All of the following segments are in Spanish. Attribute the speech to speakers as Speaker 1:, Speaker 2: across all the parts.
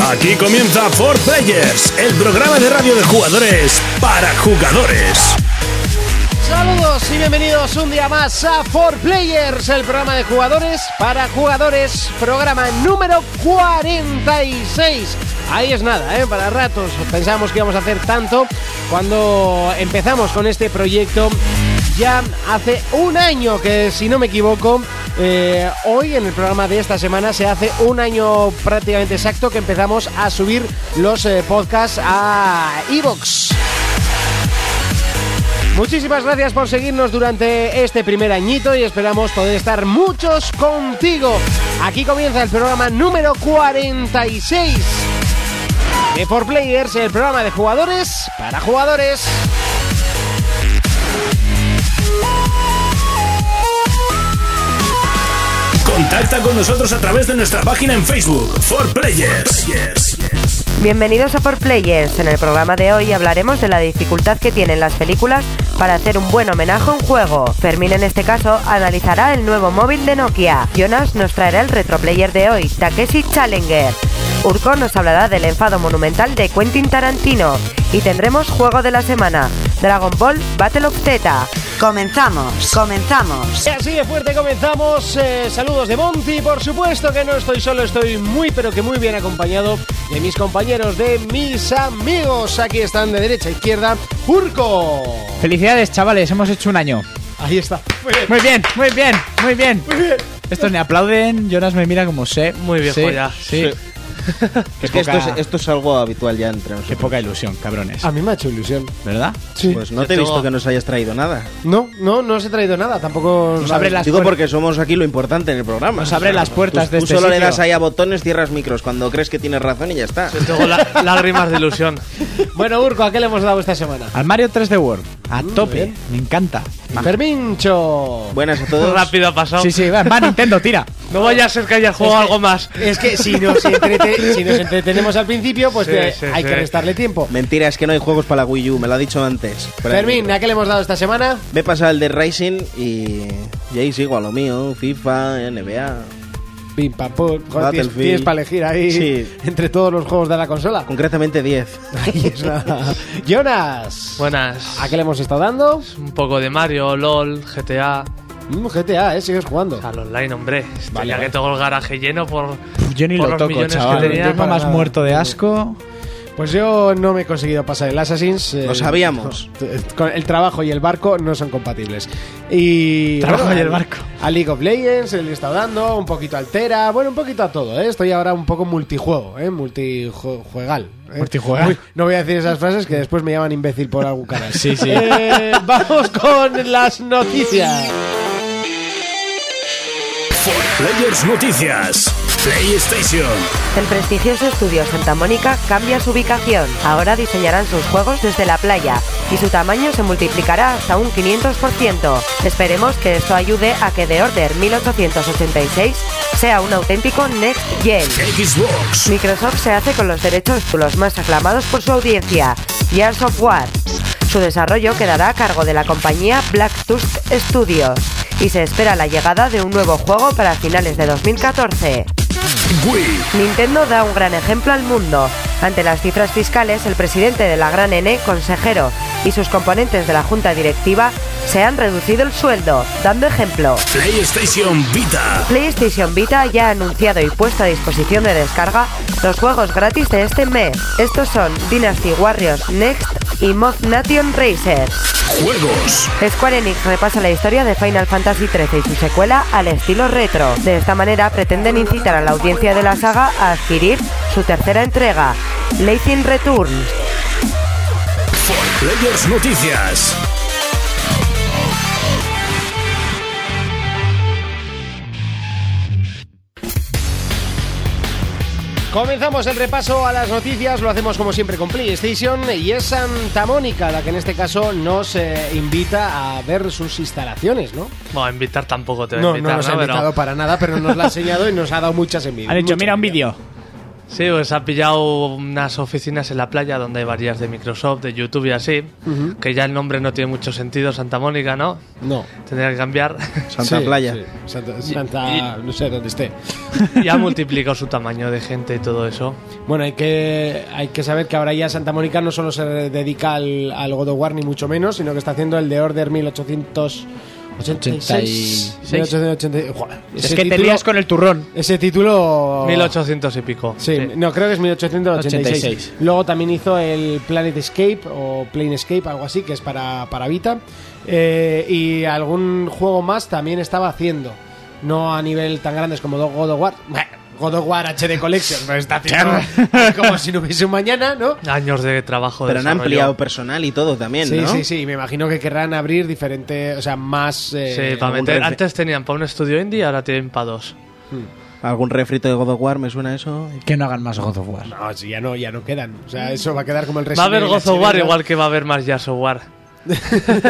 Speaker 1: Aquí comienza For Players, el programa de radio de jugadores para jugadores.
Speaker 2: Saludos y bienvenidos un día más a 4 Players, el programa de jugadores para jugadores, programa número 46. Ahí es nada, ¿eh? para ratos. Pensamos que íbamos a hacer tanto cuando empezamos con este proyecto. Ya hace un año que, si no me equivoco, eh, hoy en el programa de esta semana se hace un año prácticamente exacto que empezamos a subir los eh, podcasts a Evox. Muchísimas gracias por seguirnos durante este primer añito y esperamos poder estar muchos contigo. Aquí comienza el programa número 46 de 4 Players, el programa de jugadores para jugadores.
Speaker 1: Contacta con nosotros a través de nuestra página en Facebook, For Players.
Speaker 3: Bienvenidos a Por Players. En el programa de hoy hablaremos de la dificultad que tienen las películas para hacer un buen homenaje a un juego. Fermín en este caso analizará el nuevo móvil de Nokia. Jonas nos traerá el retroplayer de hoy, Takeshi Challenger. Urko nos hablará del enfado monumental de Quentin Tarantino y tendremos juego de la semana, Dragon Ball Battle of Zeta.
Speaker 4: Comenzamos, comenzamos.
Speaker 2: Y así de fuerte comenzamos. Eh, saludos de Monty. Por supuesto que no estoy solo, estoy muy pero que muy bien acompañado de mis compañeros, de mis amigos. Aquí están de derecha a izquierda, Urco.
Speaker 5: Felicidades, chavales, hemos hecho un año.
Speaker 2: Ahí está. Muy bien.
Speaker 5: Muy bien, muy bien, muy bien. Estos me aplauden, Jonas me mira como sé.
Speaker 6: Muy viejo
Speaker 5: sé,
Speaker 6: ya.
Speaker 5: Sí.
Speaker 7: Es que esto es, esto es algo habitual ya entre
Speaker 5: Qué
Speaker 7: nosotros.
Speaker 5: poca ilusión, cabrones.
Speaker 2: A mí me ha hecho ilusión.
Speaker 5: ¿Verdad?
Speaker 2: Sí.
Speaker 7: Pues no
Speaker 6: Yo
Speaker 7: te he
Speaker 6: tengo-
Speaker 7: visto que nos hayas traído nada.
Speaker 2: No, no, no os he traído nada. Tampoco.
Speaker 5: Nos abre las,
Speaker 7: Digo
Speaker 5: puer-
Speaker 7: porque somos aquí lo importante en el programa.
Speaker 5: nos abre las puertas
Speaker 7: Tú
Speaker 5: de este
Speaker 7: solo le
Speaker 5: sitio.
Speaker 7: das ahí a botones, cierras micros cuando crees que tienes razón y ya está.
Speaker 6: Yo tengo la- lágrimas de ilusión.
Speaker 2: Bueno, Urco, ¿a qué le hemos dado esta semana?
Speaker 5: Al Mario 3D World, a tope,
Speaker 2: bien.
Speaker 5: me encanta. Va.
Speaker 2: Ah. Fermincho.
Speaker 7: Buenas a todos.
Speaker 6: Rápido ha pasado.
Speaker 5: Sí, sí, va, va, Nintendo, tira.
Speaker 6: No vaya a ser que haya jugado algo más.
Speaker 2: Es que si nos, entrete- si nos entretenemos al principio, pues
Speaker 6: Sí,
Speaker 2: eh,
Speaker 6: sí,
Speaker 2: hay
Speaker 6: sí.
Speaker 2: que restarle tiempo.
Speaker 7: Mentira, es que no hay juegos para la Wii U, me lo ha dicho antes. Pero-
Speaker 2: Fermín, ¿a qué le hemos dado esta semana?
Speaker 7: Me he pasado el de Racing y... y ahí sigo a lo mío. FIFA, NBA...
Speaker 2: Pim, pam, pum. Joder, Tienes,
Speaker 7: Battlefield.
Speaker 2: para elegir ahí
Speaker 7: Sí.
Speaker 2: entre todos los juegos de la consola.
Speaker 7: Concretamente 10.
Speaker 2: Ahí es nada. Jonas,
Speaker 6: Buenas.
Speaker 2: ¿a qué le hemos estado dando?
Speaker 6: Un poco de Mario, LOL, GTA.
Speaker 2: Mm, GTA, ¿eh? Sigues jugando.
Speaker 6: Al online, hombre.
Speaker 2: Vale,
Speaker 6: ya
Speaker 2: vale.
Speaker 6: que tengo el garaje lleno por.
Speaker 5: Pff, Yo ni lo
Speaker 6: Por los
Speaker 5: toco,
Speaker 6: millones que
Speaker 5: chaval.
Speaker 6: tenía,
Speaker 5: Tengo
Speaker 2: para
Speaker 5: más
Speaker 2: nada.
Speaker 5: muerto de asco.
Speaker 2: Pues yo no me he conseguido pasar el Assassin's. eh,
Speaker 7: Lo sabíamos.
Speaker 2: Con el trabajo y el barco no son compatibles. Y.
Speaker 5: Trabajo y el
Speaker 2: al-
Speaker 5: barco.
Speaker 2: A League of Legends le está dando, un poquito altera, bueno, un poquito a todo, ¿eh? Estoy ahora un poco multijuego, ¿eh? Multijuegal. ¿eh?
Speaker 5: Multijuegal.
Speaker 2: Uy, no voy a decir esas frases que después me llaman imbécil por algún canal.
Speaker 5: Sí, sí.
Speaker 2: Eh, vamos con las noticias.
Speaker 1: Players Noticias, PlayStation,
Speaker 3: El prestigioso estudio Santa Mónica cambia su ubicación. Ahora diseñarán sus juegos desde la playa y su tamaño se multiplicará hasta un 500%. Esperemos que esto ayude a que The Order 1886 sea un auténtico next gen.
Speaker 1: Xbox,
Speaker 3: Microsoft se hace con los derechos de los más aclamados por su audiencia, Gears of War. Su desarrollo quedará a cargo de la compañía Black Tusk Studios y se espera la llegada de un nuevo juego para finales de 2014.
Speaker 1: Wii,
Speaker 3: Nintendo da un gran ejemplo al mundo. Ante las cifras fiscales, el presidente de la Gran N, consejero, y sus componentes de la junta directiva se han reducido el sueldo, dando ejemplo.
Speaker 1: PlayStation Vita,
Speaker 3: PlayStation Vita ya ha anunciado y puesto a disposición de descarga los juegos gratis de este mes. Estos son Dynasty Warriors Next y Mod Nation Racers.
Speaker 1: juegos,
Speaker 3: Square Enix repasa la historia de Final Fantasy XIII y su secuela al estilo retro. De esta manera pretenden incitar a la audiencia de la saga a adquirir su tercera entrega, Lightning Returns.
Speaker 1: Players Noticias,
Speaker 2: Comenzamos el repaso a las noticias, lo hacemos como siempre con PlayStation y es Santa Mónica la que en este caso nos eh, invita a ver sus instalaciones, ¿no?
Speaker 6: Bueno, invitar tampoco te voy a
Speaker 2: No, no
Speaker 6: invitar,
Speaker 2: nos ha
Speaker 6: Pero-
Speaker 2: invitado para nada, pero nos la ha enseñado y nos ha dado muchas envidias.
Speaker 5: Han dicho,
Speaker 2: mucha
Speaker 5: mira un
Speaker 2: envidia".
Speaker 5: vídeo.
Speaker 6: Sí, pues ha pillado unas oficinas en la playa donde hay varias de Microsoft, de YouTube y así. Que ya el nombre no tiene mucho sentido, Santa Mónica, ¿no?
Speaker 2: No.
Speaker 6: Tendría que cambiar.
Speaker 7: Santa
Speaker 2: Sí,
Speaker 7: Playa.
Speaker 2: sí. Santa, Santa- no sé dónde esté.
Speaker 6: y ha multiplicado su tamaño de gente y todo eso.
Speaker 2: Bueno, hay que, hay que saber que ahora ya Santa Mónica no solo se dedica al, al God of War, ni mucho menos, sino que está haciendo el de Order 1886. 1886. Joder,
Speaker 5: Es
Speaker 2: ese
Speaker 5: que te
Speaker 2: título-
Speaker 5: lías con el turrón.
Speaker 2: Ese título.
Speaker 6: 1800 y pico.
Speaker 2: Oh. Sí, no, creo que es 1886. Luego también hizo el Planet Escape o Plane Escape, algo así, que es para, para Vita. Eh, y algún juego más también estaba haciendo. No a nivel tan grandes como God of War. Bueno, God of War HD Collection, pero está haciendo como si no hubiese un mañana, ¿no?
Speaker 6: Años de trabajo de
Speaker 7: Pero han
Speaker 6: desarrollo.
Speaker 7: ampliado personal y todo también,
Speaker 2: Sí,
Speaker 7: ¿no?
Speaker 2: sí, sí. Me imagino que querrán abrir diferentes, o sea, más. eh,
Speaker 6: Sí, para
Speaker 7: algún
Speaker 6: meter.
Speaker 7: refe-
Speaker 6: Antes tenían para un estudio indie, ahora tienen para dos.
Speaker 7: ¿Algún refrito de God of War me suena eso?
Speaker 5: Que no hagan más God of War.
Speaker 2: no, sí, ya no, ya no quedan. O sea, eso va a quedar como
Speaker 5: Pues
Speaker 2: el
Speaker 6: Va a
Speaker 2: Resident
Speaker 6: haber
Speaker 2: Evil
Speaker 6: Gozo War
Speaker 2: HD, ¿no?
Speaker 6: igual que va a haber más Jazz War.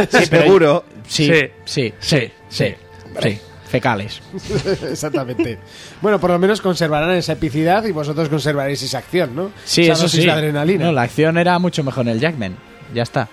Speaker 7: Seguro.
Speaker 5: Sí,
Speaker 6: Sí.
Speaker 5: sí, sí, sí, sí. Fecales.
Speaker 2: Exactamente. Bueno, por lo menos conservarán esa epicidad y vosotros conservaréis esa acción, ¿no? Esa dosis de adrenalina.
Speaker 5: No, la acción era mucho mejor en el Jackman. Ya está.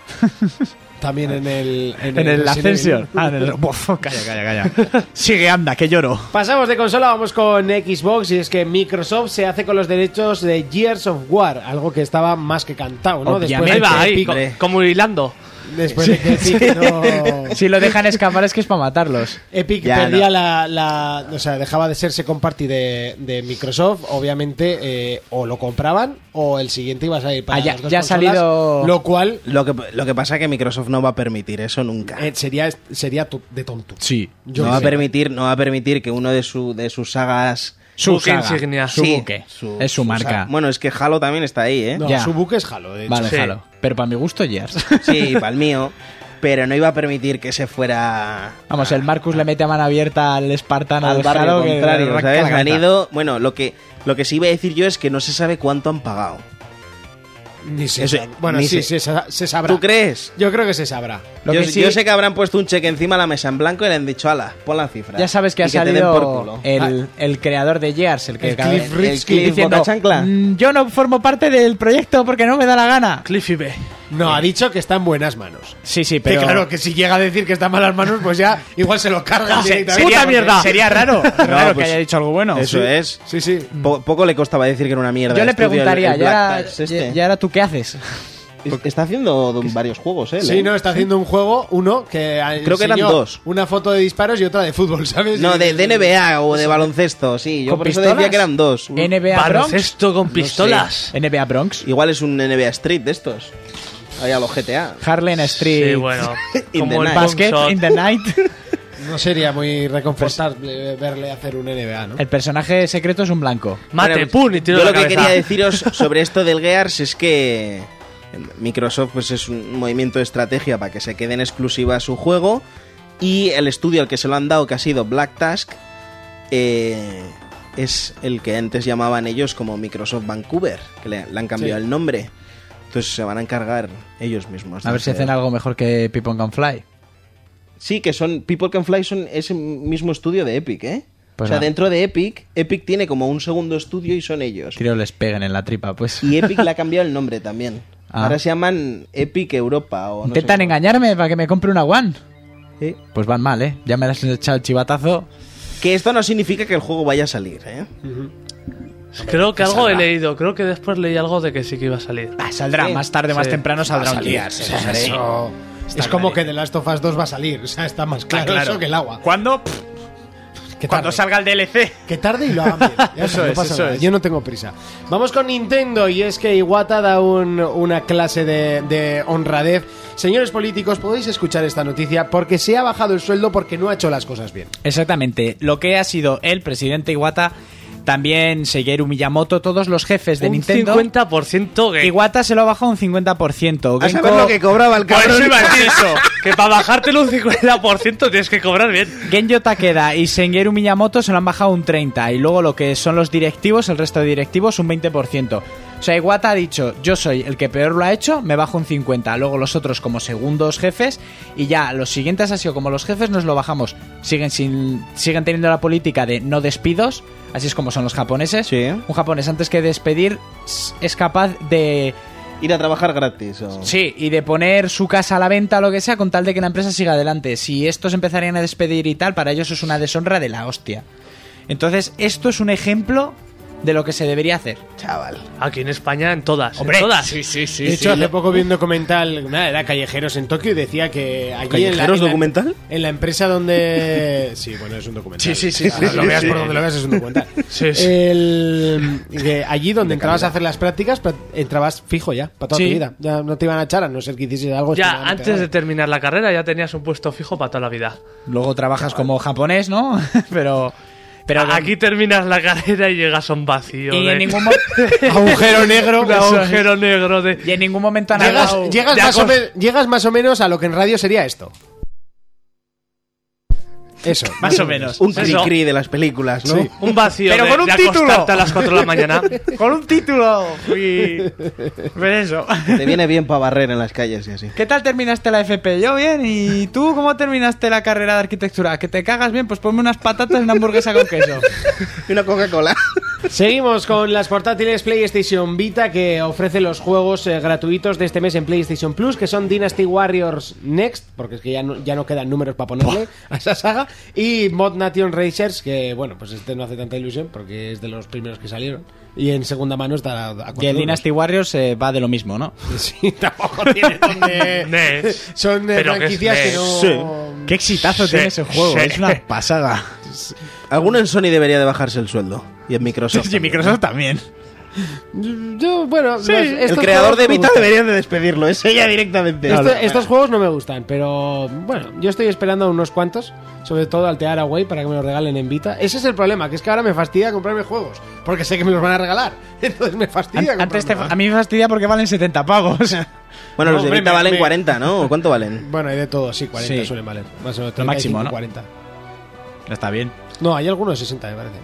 Speaker 2: También en el...
Speaker 5: En el
Speaker 2: Resident Evil.
Speaker 5: Ascension. Ah, en el... Buf, calla, calla, calla. Sigue, anda, que lloro.
Speaker 2: Pasamos de consola, vamos con Xbox y es que Microsoft se hace con los derechos de Gears of War, algo que estaba más que cantado, ¿no? Después
Speaker 5: Obviamente.
Speaker 6: Ahí
Speaker 2: de
Speaker 6: va,
Speaker 2: que
Speaker 6: ahí,
Speaker 2: Epic-
Speaker 6: co- como hilando.
Speaker 2: después de que Epic no...
Speaker 5: Si lo dejan escapar es que es para matarlos.
Speaker 2: Epic
Speaker 7: Ya,
Speaker 2: perdía
Speaker 7: no.
Speaker 2: la, la- O sea, dejaba de ser second party de, de Microsoft. Obviamente, eh, o lo compraban o el siguiente iba a salir para
Speaker 5: Ah, ya-
Speaker 2: las dos
Speaker 5: ya ha
Speaker 2: consolas,
Speaker 5: salido-
Speaker 2: Lo cual
Speaker 7: Lo que, lo que pasa es que Microsoft no va a permitir eso nunca.
Speaker 2: eh, sería, sería tu- de tonto.
Speaker 5: Sí.
Speaker 2: yo
Speaker 7: no, va a
Speaker 2: sé.
Speaker 7: permitir, no va a permitir que uno de, su, de sus sagas...
Speaker 5: Su
Speaker 6: Buque
Speaker 5: saga,
Speaker 6: insignia.
Speaker 5: Su
Speaker 7: Sí,
Speaker 5: buque.
Speaker 7: su-
Speaker 5: es su
Speaker 7: su
Speaker 5: marca.
Speaker 7: sa- Bueno, es que Halo también está ahí, ¿eh?
Speaker 2: No,
Speaker 5: Ya.
Speaker 2: su buque es Halo, de hecho.
Speaker 5: vale,
Speaker 6: Sí.
Speaker 5: jalo. Pero para mi gusto, Gears.
Speaker 7: Sí, para el mío. Pero no iba a permitir que se fuera
Speaker 5: Vamos, el Marcus le mete a mano abierta al Spartan
Speaker 7: al
Speaker 5: del
Speaker 7: barrio
Speaker 5: Halo que le
Speaker 7: contrario,
Speaker 5: arranca
Speaker 7: ¿sabes?
Speaker 5: la
Speaker 7: Han
Speaker 5: cabeza.
Speaker 7: ido... Bueno, lo que, lo que sí iba a decir yo es que no se sabe cuánto han pagado.
Speaker 2: Ni se
Speaker 7: Eso-
Speaker 2: sabe. bueno,
Speaker 7: ni
Speaker 2: sí,
Speaker 7: se-
Speaker 2: se, sa- se sabrá.
Speaker 7: ¿Tú crees?
Speaker 2: Yo creo que se sabrá.
Speaker 5: Lo
Speaker 7: yo,
Speaker 5: que sí-
Speaker 7: yo sé que habrán puesto un cheque encima de la mesa en blanco y le han dicho, ala, pon la cifra.
Speaker 5: Ya sabes que
Speaker 7: Y
Speaker 5: ha
Speaker 7: te den por
Speaker 5: salido
Speaker 7: culo.
Speaker 5: el, el creador de Gears, el que
Speaker 2: El
Speaker 5: cada
Speaker 2: Cliff
Speaker 5: vez-
Speaker 2: Rich
Speaker 7: el Cliff
Speaker 5: diciendo,
Speaker 7: Boca Chancla.
Speaker 5: "Mm, yo no formo parte del proyecto porque no me da la gana.
Speaker 6: Cliffy B.
Speaker 2: No, ha dicho que está en buenas manos.
Speaker 5: Sí, sí,
Speaker 2: Que
Speaker 5: pero...
Speaker 2: claro, que si llega a decir que está en malas manos, pues ya igual se lo cargan
Speaker 5: Se-
Speaker 2: directamente.
Speaker 5: sería,
Speaker 2: Porque-
Speaker 5: Sería raro, raro
Speaker 7: pues,
Speaker 5: que haya dicho algo bueno.
Speaker 7: Eso es.
Speaker 2: Sí, sí.
Speaker 7: Mm. Po- poco le costaba decir que era una mierda.
Speaker 5: Yo le
Speaker 7: Este tío, el-
Speaker 5: preguntaría,
Speaker 7: el Black
Speaker 5: ya,
Speaker 7: Tax este.
Speaker 5: ya- ya era tú qué haces.
Speaker 7: Es- Pues Está haciendo do- varios juegos, ¿eh?
Speaker 2: Sí, no, este está haciendo un juego, uno, que
Speaker 7: Creo que eran
Speaker 2: enseñó
Speaker 7: dos.
Speaker 2: Una foto de disparos y otra de fútbol, ¿sabes?
Speaker 7: No,
Speaker 2: Y-
Speaker 7: de, de NBA o de baloncesto, sí. Yo
Speaker 5: ¿Con
Speaker 7: por eso
Speaker 5: pistolas?
Speaker 7: decía que eran dos.
Speaker 5: NBA Bronx.
Speaker 6: Baloncesto con pistolas.
Speaker 5: NBA Bronx.
Speaker 7: Igual es un NBA Street de estos. Ahí a los GTA.
Speaker 5: Harlem Street.
Speaker 6: Sí, bueno.
Speaker 7: In the
Speaker 6: como el
Speaker 7: night.
Speaker 5: Basket
Speaker 6: Bombshot.
Speaker 5: in the Night.
Speaker 2: No sería muy
Speaker 7: Pues
Speaker 2: reconfortable verle hacer un NBA, ¿no?
Speaker 5: El personaje secreto es un blanco.
Speaker 6: Mate,
Speaker 7: Bueno,
Speaker 6: pum, y tiro
Speaker 7: Yo
Speaker 6: la
Speaker 7: lo que
Speaker 6: cabeza.
Speaker 7: quería deciros sobre esto del Gears es que Microsoft pues es un movimiento de estrategia para que se quede en exclusiva su juego y el estudio al que se lo han dado que ha sido Black Task eh, es el que antes llamaban ellos como Microsoft Vancouver que le, le han cambiado el nombre entonces se van a encargar ellos mismos de
Speaker 5: A ver si hacen algo mejor que People Can Fly.
Speaker 7: Sí, que son People Can Fly son ese mismo estudio de Epic, ¿eh?
Speaker 5: Pues
Speaker 7: o sea,
Speaker 5: nada.
Speaker 7: dentro de Epic, Epic tiene como un segundo estudio y son ellos.
Speaker 5: Creo les peguen en la tripa, pues.
Speaker 7: Y Epic le ha cambiado el nombre también.
Speaker 5: Ah.
Speaker 7: Ahora se llaman Epic Europa o no sé
Speaker 5: Intentan
Speaker 7: cómo.
Speaker 5: engañarme para que me compre una One.
Speaker 7: Sí.
Speaker 5: Pues van mal, ¿eh? Ya me has echado el chivatazo.
Speaker 7: Que esto no significa que el juego vaya a salir, ¿eh?
Speaker 6: Creo que algo he
Speaker 5: Salva.
Speaker 6: leído. Creo que después leí algo de que sí que iba a salir.
Speaker 5: Ah, saldrá
Speaker 7: Sí.
Speaker 5: más tarde, más
Speaker 6: Sí.
Speaker 5: temprano saldrá un
Speaker 2: salir,
Speaker 5: Gears.
Speaker 2: o sea, eso- es como que The Last of Us 2 va a salir. O sea, está más claro, eso que el agua.
Speaker 5: ¿Cuándo? Pff,
Speaker 2: Que
Speaker 5: Cuando
Speaker 2: tarde.
Speaker 5: salga el DLC.
Speaker 2: Que tarde y lo hagan bien. Ya
Speaker 5: Eso
Speaker 2: está, no
Speaker 5: es,
Speaker 2: pasa
Speaker 5: eso
Speaker 2: nada.
Speaker 5: es.
Speaker 2: Yo no tengo prisa. Vamos con Nintendo y es que Iwata da un- una clase de, de honradez. Señores políticos, podéis escuchar esta noticia porque se ha bajado el sueldo porque no ha hecho las cosas bien.
Speaker 5: Exactamente. Lo que ha sido el presidente Iwata, también Shigeru Miyamoto, todos los jefes de
Speaker 6: un
Speaker 5: Nintendo.
Speaker 6: 50% que...
Speaker 5: Iwata se lo ha bajado un 50%.
Speaker 7: A
Speaker 5: Genko-
Speaker 7: saber lo que cobraba el
Speaker 6: Por eso
Speaker 7: cabrón.
Speaker 6: iba a decir eso. Que para bajártelo un 50% tienes que cobrar bien.
Speaker 5: Genjo Takeda y Sengeru Miyamoto se lo han bajado un 30%. Y luego lo que son los directivos, el resto de directivos, un 20%. O sea, Iwata ha dicho, yo soy el que peor lo ha hecho, me bajo un 50, luego los otros como segundos jefes y ya los siguientes ha sido como los jefes nos lo bajamos. Siguen sin siguen teniendo la política de no despidos, así es como son los japoneses.
Speaker 7: Sí.
Speaker 5: Un japonés antes que despedir s- es capaz de
Speaker 7: Ir a trabajar gratis. o-
Speaker 5: Sí, y de poner su casa a la venta o lo que sea con tal de que la empresa siga adelante. Si estos empezarían a despedir y tal, para ellos es una deshonra de la hostia. Entonces, esto es un ejemplo de lo que se debería hacer.
Speaker 7: Chaval.
Speaker 6: Aquí en España, en todas. en todas.
Speaker 5: sí, sí.
Speaker 2: de hecho, hace poco vi un documental, nada, era Callejeros en Tokio y decía que allí en la- en la,
Speaker 7: ¿Callejeros documental?
Speaker 2: En la empresa donde... Sí, bueno, es un documental.
Speaker 6: Sí, sí, sí,
Speaker 2: Ah, lo veas por donde lo veas, es un documental.
Speaker 6: Sí,
Speaker 5: Eh,
Speaker 6: sí.
Speaker 2: El- que allí donde entrabas a hacer las prácticas, pra- entrabas fijo ya, para toda
Speaker 5: Sí.
Speaker 2: tu vida. Ya no te iban a echar a no ser Pues que hicieses algo.
Speaker 6: Ya
Speaker 2: extremadamente
Speaker 6: antes de
Speaker 2: grave.
Speaker 6: terminar la carrera ya tenías un puesto fijo para toda la vida.
Speaker 5: Luego trabajas como japonés, ¿no? pero pero
Speaker 6: Ah, Aquí eh. terminas la carrera y llegas a un vacío.
Speaker 5: y
Speaker 6: de-
Speaker 5: en ningún mo-
Speaker 2: Agujero negro.
Speaker 6: un agujero negro de...
Speaker 5: y en ningún momento han
Speaker 2: Llegas,
Speaker 5: hablado-
Speaker 2: llegas
Speaker 6: de
Speaker 2: más o
Speaker 6: acos-
Speaker 2: men- llegas más o menos a lo que en radio sería esto. Eso.
Speaker 5: más o menos.
Speaker 7: Un
Speaker 6: Eso.
Speaker 7: cri-cri de las películas, ¿no?
Speaker 2: Sí.
Speaker 6: Un vacío
Speaker 5: Pero
Speaker 6: de,
Speaker 5: con un
Speaker 6: de
Speaker 5: título. Pues
Speaker 6: acostarte a las 4 de la mañana.
Speaker 5: Con un título. Y... Pero eso.
Speaker 7: Te viene bien para barrer en las calles y así.
Speaker 5: ¿Qué tal terminaste la FP? Yo bien. ¿Y tú cómo terminaste la carrera de arquitectura? ¿Que te cagas bien? Pues ponme unas patatas y una hamburguesa con queso.
Speaker 7: Y una Coca-Cola.
Speaker 2: Seguimos con las portátiles PlayStation Vita que ofrece los juegos eh, gratuitos de este mes en PlayStation Plus, que son Dynasty Warriors Next, porque es que ya no, ya no quedan números para ponerle a esa saga, y Mod Nation Racers, que bueno, pues este no hace tanta ilusión porque es de los primeros que salieron, y en segunda mano está a, a cuatro
Speaker 5: Y el
Speaker 2: euros.
Speaker 5: Dynasty Warriors eh, va de lo mismo, ¿no?
Speaker 2: Sí, tampoco tiene donde...
Speaker 6: Next.
Speaker 2: Son eh,
Speaker 6: Pero que es
Speaker 2: franquicias que
Speaker 6: Next.
Speaker 2: no...
Speaker 5: Qué exitazo
Speaker 6: Sí,
Speaker 5: tiene ese juego.
Speaker 6: sí.
Speaker 5: Es una pasada.
Speaker 7: Alguno en Sony debería de bajarse el sueldo. Y en Microsoft.
Speaker 5: Y Microsoft también.
Speaker 2: Yo, bueno, los-
Speaker 7: El
Speaker 2: estos
Speaker 7: creador
Speaker 2: juegos
Speaker 7: de
Speaker 2: me
Speaker 7: Vita
Speaker 2: gustan.
Speaker 7: deberían de despedirlo. Es ella directamente.
Speaker 2: Esto- Este- estos juegos no me gustan, pero bueno, yo estoy esperando unos cuantos, sobre todo al Tearaway para que me los regalen en Vita. Ese es el problema, que es que ahora me fastidia comprarme juegos, porque sé que me los van a regalar. Entonces me
Speaker 5: An-
Speaker 2: fastidia.
Speaker 5: antes te-
Speaker 2: comprarme.
Speaker 5: a mí me fastidia porque valen 70 pavos.
Speaker 7: Bueno, los de
Speaker 2: Hombre,
Speaker 7: Vita
Speaker 2: me-
Speaker 7: valen
Speaker 2: me-
Speaker 7: 40, ¿no? ¿O ¿Cuánto valen?
Speaker 2: Bueno, hay de todo, sí, 40
Speaker 5: Sí.
Speaker 2: suelen valer. Más o menos
Speaker 5: Lo máximo,
Speaker 2: 35,
Speaker 5: ¿no?
Speaker 2: 40.
Speaker 5: Está bien.
Speaker 2: No, hay algunos de 60, me parece.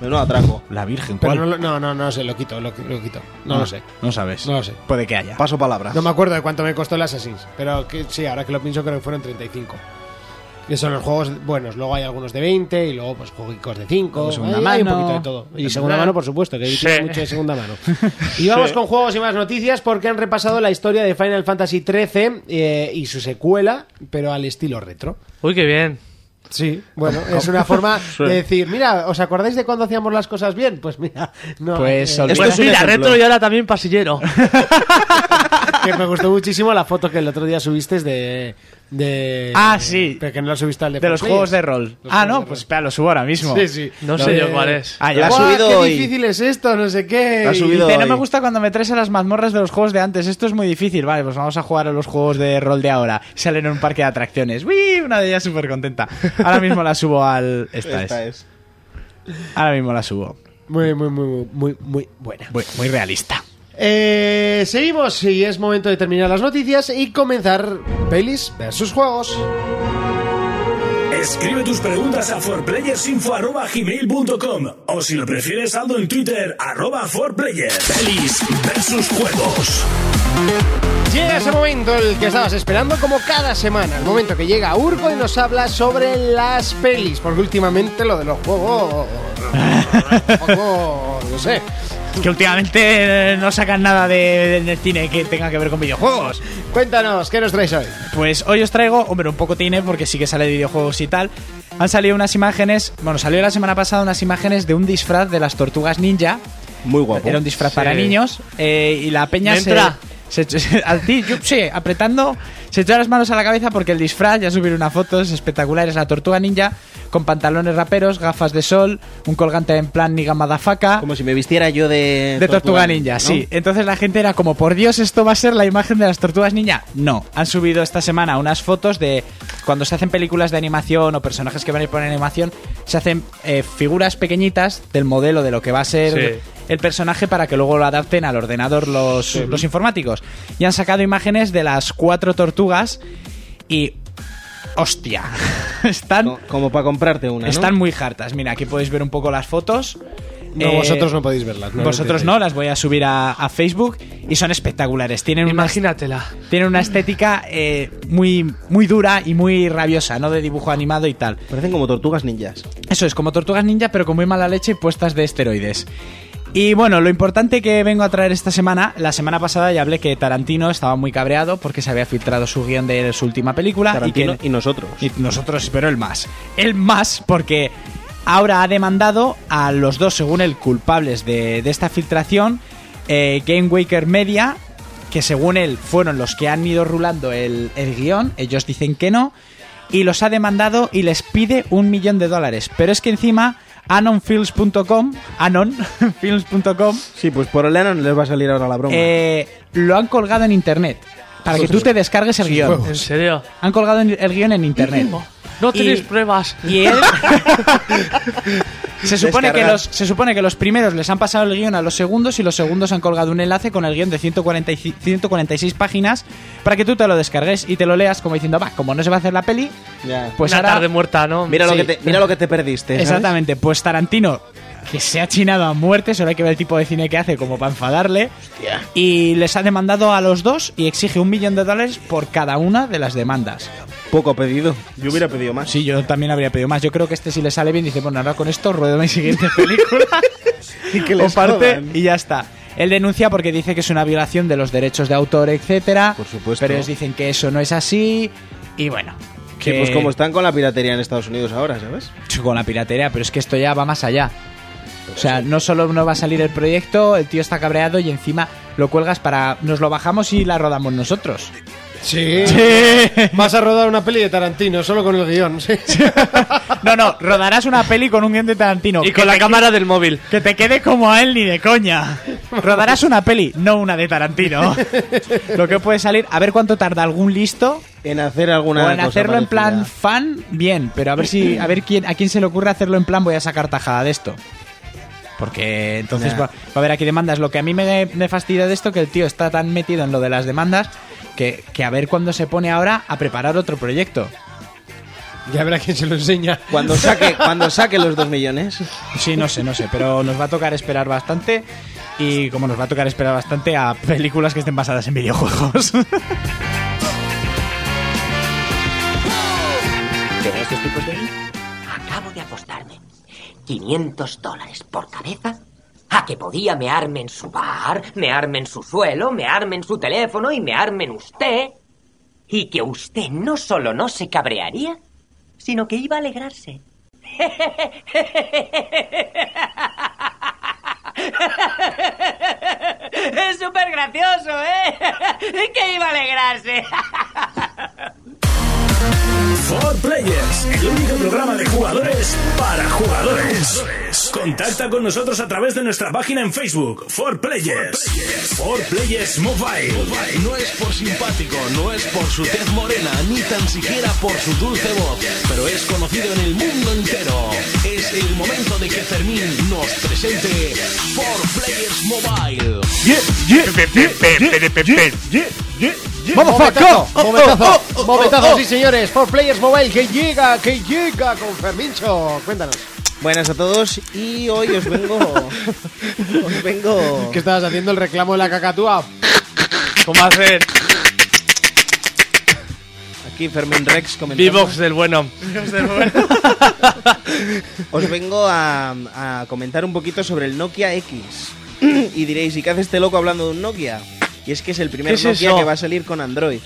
Speaker 7: Menudo atraco.
Speaker 5: La Virgen.
Speaker 2: Pero
Speaker 5: ¿cuál?
Speaker 2: no, lo- no, no, no sé, lo quito, lo, qui- lo quito. No,
Speaker 5: Ah,
Speaker 2: lo sé.
Speaker 5: No sabes.
Speaker 2: No lo sé.
Speaker 5: Puede que haya.
Speaker 7: Paso palabra.
Speaker 2: No me acuerdo de cuánto me costó el Assassin's, pero que, sí, ahora que lo pienso creo que fueron 35. Que son los juegos buenos. Luego hay algunos de 20 y luego pues juegos de 5.
Speaker 5: Luego segunda
Speaker 2: hay, hay un
Speaker 5: mano.
Speaker 2: poquito de todo. Y segunda mano, por supuesto, que hay mucho de segunda mano. Y vamos con juegos y más noticias porque han repasado la historia de Final Fantasy XIII eh, y su secuela, pero al estilo retro.
Speaker 6: Uy, qué bien.
Speaker 2: Sí, bueno, es una forma de decir, mira, ¿os acordáis de cuando hacíamos las cosas bien? Pues mira, no.
Speaker 5: Pues,
Speaker 2: eh,
Speaker 5: Esto
Speaker 6: Pues
Speaker 7: es un
Speaker 6: mira,
Speaker 7: ejemplo.
Speaker 6: retro y ahora también pasillero.
Speaker 2: que me gustó muchísimo la foto que el otro día subiste de. de
Speaker 5: Ah, sí.
Speaker 2: Pero que no la subiste al de
Speaker 5: De los
Speaker 2: Fortnite.
Speaker 5: juegos de rol.
Speaker 2: Los
Speaker 5: Ah,
Speaker 2: juegos
Speaker 5: no,
Speaker 2: de
Speaker 5: pues
Speaker 2: rol.
Speaker 5: espera, lo subo ahora mismo.
Speaker 2: Sí, sí.
Speaker 6: No
Speaker 2: Lo
Speaker 6: sé
Speaker 2: de-
Speaker 6: yo cuál es.
Speaker 5: Ah,
Speaker 7: La
Speaker 5: ya.
Speaker 7: ha
Speaker 2: ¡Guau,
Speaker 7: subido
Speaker 2: qué
Speaker 7: hoy.
Speaker 2: difícil es esto, no sé qué.
Speaker 7: La ha
Speaker 2: Y-
Speaker 7: subido.
Speaker 5: Dice, no me
Speaker 7: hoy.
Speaker 5: gusta cuando me traes a las mazmorras de los juegos de antes. Esto es muy difícil. Vale, pues vamos a jugar a los juegos de rol de ahora. Salen en un parque de atracciones. ¡Uy! Una de ellas súper contenta. Ahora mismo la subo al... Esta,
Speaker 7: Esta
Speaker 5: es.
Speaker 7: es.
Speaker 5: Ahora mismo la subo.
Speaker 2: Muy, muy, muy, muy, muy, muy buena.
Speaker 5: Muy, muy realista.
Speaker 2: Eh, seguimos y es momento de terminar las noticias y comenzar pelis versus juegos.
Speaker 1: Escribe tus preguntas a forplayersinfo.gmail.com o si lo prefieres, saldo en Twitter, arroba forplayer. Pelis versus juegos.
Speaker 2: Llega ese momento el que estabas esperando como cada semana, el momento que llega Urco y nos habla sobre las pelis, porque últimamente lo de los juegos... un poco, no sé.
Speaker 5: Que últimamente eh, no sacan nada de, del cine que tenga que ver con videojuegos.
Speaker 2: Cuéntanos, ¿qué nos traes hoy?
Speaker 5: Pues hoy os traigo, hombre, un poco tiene porque sí que sale de videojuegos y tal. Han salido unas imágenes, bueno, salió la semana pasada unas imágenes de un disfraz de las tortugas ninja.
Speaker 7: Muy guapo.
Speaker 5: Era un disfraz para
Speaker 6: Sí.
Speaker 5: niños eh, y la peña
Speaker 6: ¿Me
Speaker 5: se,
Speaker 6: entra?
Speaker 5: se echó- al ti- yo- sí, apretando, se echó las manos a la cabeza porque el disfraz, ya subir una foto, es espectacular, es la tortuga ninja con pantalones raperos, gafas de sol, un colgante en plan niga madafaca.
Speaker 7: Como si me vistiera yo de.
Speaker 5: De Tortuga Ninja, sí. Entonces la gente era como, por Dios, ¿esto va a ser la imagen de las Tortugas Ninja? No. Han subido esta semana unas fotos de cuando se hacen películas de animación o personajes que van a ir por animación, se hacen eh, figuras pequeñitas del modelo de lo que va a ser
Speaker 6: Sí.
Speaker 5: el personaje para que luego lo adapten al ordenador los, los informáticos. Y han sacado imágenes de las cuatro tortugas y... ¡Hostia! Están...
Speaker 7: Co- Como para comprarte una. ¿no?
Speaker 5: Están muy hartas. Mira, aquí podéis ver un poco las fotos.
Speaker 2: No,
Speaker 5: Eh,
Speaker 2: vosotros no podéis verlas. no
Speaker 5: vosotros
Speaker 2: lo
Speaker 5: no, las voy a subir a, a Facebook y son espectaculares. Tienen una,
Speaker 6: Imagínatela.
Speaker 5: tienen una estética eh, muy, muy dura y muy rabiosa, ¿no? De dibujo animado y tal.
Speaker 7: Parecen como tortugas ninjas.
Speaker 5: Eso es, como tortugas ninja, pero con muy mala leche y puestas de esteroides. Y bueno, lo importante que vengo a traer esta semana, la semana pasada ya hablé que Tarantino estaba muy cabreado porque se había filtrado su guión de su última película
Speaker 7: Tarantino
Speaker 5: Ah, y que
Speaker 7: y nosotros.
Speaker 5: y nosotros, pero el más. El más, porque ahora ha demandado a los dos, según él, culpables de, de esta filtración, eh, Game Waker Media, que según él fueron los que han ido rulando el, el guión, ellos dicen que no, y los ha demandado y les pide un millón de dólares. Pero es que encima, anonfilms.com, anonfilms.com,
Speaker 7: Sí, pues por el Lennon les va a salir ahora la broma.
Speaker 5: eh, lo han colgado en internet. Para que tú te descargues el guión.
Speaker 6: ¿En serio?
Speaker 5: Han colgado el guión en internet.
Speaker 6: No
Speaker 5: Y-
Speaker 6: tenéis pruebas.
Speaker 5: Y él. se, supone que
Speaker 7: Descargar.
Speaker 5: los, se supone que los primeros les han pasado el guión a los segundos y los segundos han colgado un enlace con el guión de 140 y- 146 páginas para que tú te lo descargues y te lo leas como diciendo, va, como no se va a hacer la peli,
Speaker 7: Ya.
Speaker 5: pues
Speaker 6: Una
Speaker 5: ahora.
Speaker 6: tarde muerta, ¿no?
Speaker 7: mira,
Speaker 5: sí.
Speaker 7: lo que te, mira lo que te perdiste. ¿sabes?
Speaker 5: Exactamente, pues Tarantino, que se ha chinado a muerte, solo hay que ver el tipo de cine que hace como para enfadarle. Y les ha demandado a los dos y exige un millón de dólares por cada una de las demandas.
Speaker 7: Poco pedido. Yo hubiera pedido más.
Speaker 5: Sí, yo también habría pedido más. Yo creo que este si le sale bien dice, bueno, ahora con esto ruedo mi siguiente película.
Speaker 7: Y que
Speaker 5: o
Speaker 7: les
Speaker 5: parte
Speaker 7: jodan.
Speaker 5: y ya está. Él denuncia porque dice que es una violación de los derechos de autor, etcétera.
Speaker 7: Por supuesto.
Speaker 5: Pero ellos dicen que eso no es así. Y bueno.
Speaker 7: Sí, pues como están con la piratería en Estados Unidos ahora, ¿sabes?
Speaker 5: Con la piratería, pero es que esto ya va más allá. O sea, no solo no va a salir el proyecto, el tío está cabreado y encima lo cuelgas para. Nos lo bajamos y la rodamos nosotros.
Speaker 2: entendéis. Sí. Vas a rodar una peli de Tarantino solo con el guión. sí.
Speaker 5: No, no, rodarás una peli con un guión de Tarantino.
Speaker 6: Y
Speaker 5: Que
Speaker 6: con la
Speaker 5: te-
Speaker 6: cámara del móvil.
Speaker 5: Que te quede como a él ni de coña. Rodarás una peli, no una de Tarantino. Lo que puede salir, a ver cuánto tarda algún listo
Speaker 7: En hacer alguna
Speaker 5: o en
Speaker 7: cosa
Speaker 5: hacerlo en plan
Speaker 7: parecida.
Speaker 5: fan, bien, pero a ver si a ver quién a quién se le ocurre hacerlo en plan voy a sacar tajada de esto. Porque entonces
Speaker 7: Nah.
Speaker 5: va, va a haber aquí demandas. Lo que a mí me, me fastidia de esto que el tío está tan metido en lo de las demandas que, que a ver cuándo se pone ahora a preparar otro proyecto.
Speaker 2: Ya verá quién se lo enseña.
Speaker 7: Cuando saque, cuando saque los dos millones.
Speaker 5: Sí, no sé, no sé, pero nos va a tocar esperar bastante. Y como nos va a tocar esperar bastante a películas que estén basadas en videojuegos.
Speaker 8: ¿Ven estos tipos de ahí? Acabo de apostarme 500 dólares por cabeza a que podía mearme en su bar, mearme en su suelo, mearme en su teléfono y mearme en usted. Y que usted no solo no se cabrearía, sino que iba a alegrarse. Es súper gracioso, ¿eh? Que iba a alegrarse.
Speaker 1: For Players, el único programa de jugadores para jugadores. Contacta con nosotros a través de nuestra página en Facebook, For Players. For Players Mobile.
Speaker 9: No es por simpático, no es por su tez morena, ni tan siquiera por su dulce voz, pero es conocido en el mundo entero. Es el momento de que Fermín nos presente For Players Mobile.
Speaker 2: Momentazo, momentazo, momentazo, sí señores, For Players Mobile que llega, que llega con Fermincho. Cuéntanos,
Speaker 7: Buenas a todos y hoy os vengo. os vengo.
Speaker 2: ¿qué estabas haciendo el reclamo de la cacatúa?
Speaker 6: ¿Cómo hacer?
Speaker 7: Aquí Fermín Rex comentando.
Speaker 6: V-Box del bueno.
Speaker 7: Os vengo a, a comentar un poquito sobre el Nokia X. y diréis, ¿y qué hace este loco hablando de un Nokia? Y es que es el primer
Speaker 6: ¿Qué es
Speaker 7: Nokia
Speaker 6: eso? Oh.
Speaker 7: que va a salir con Android.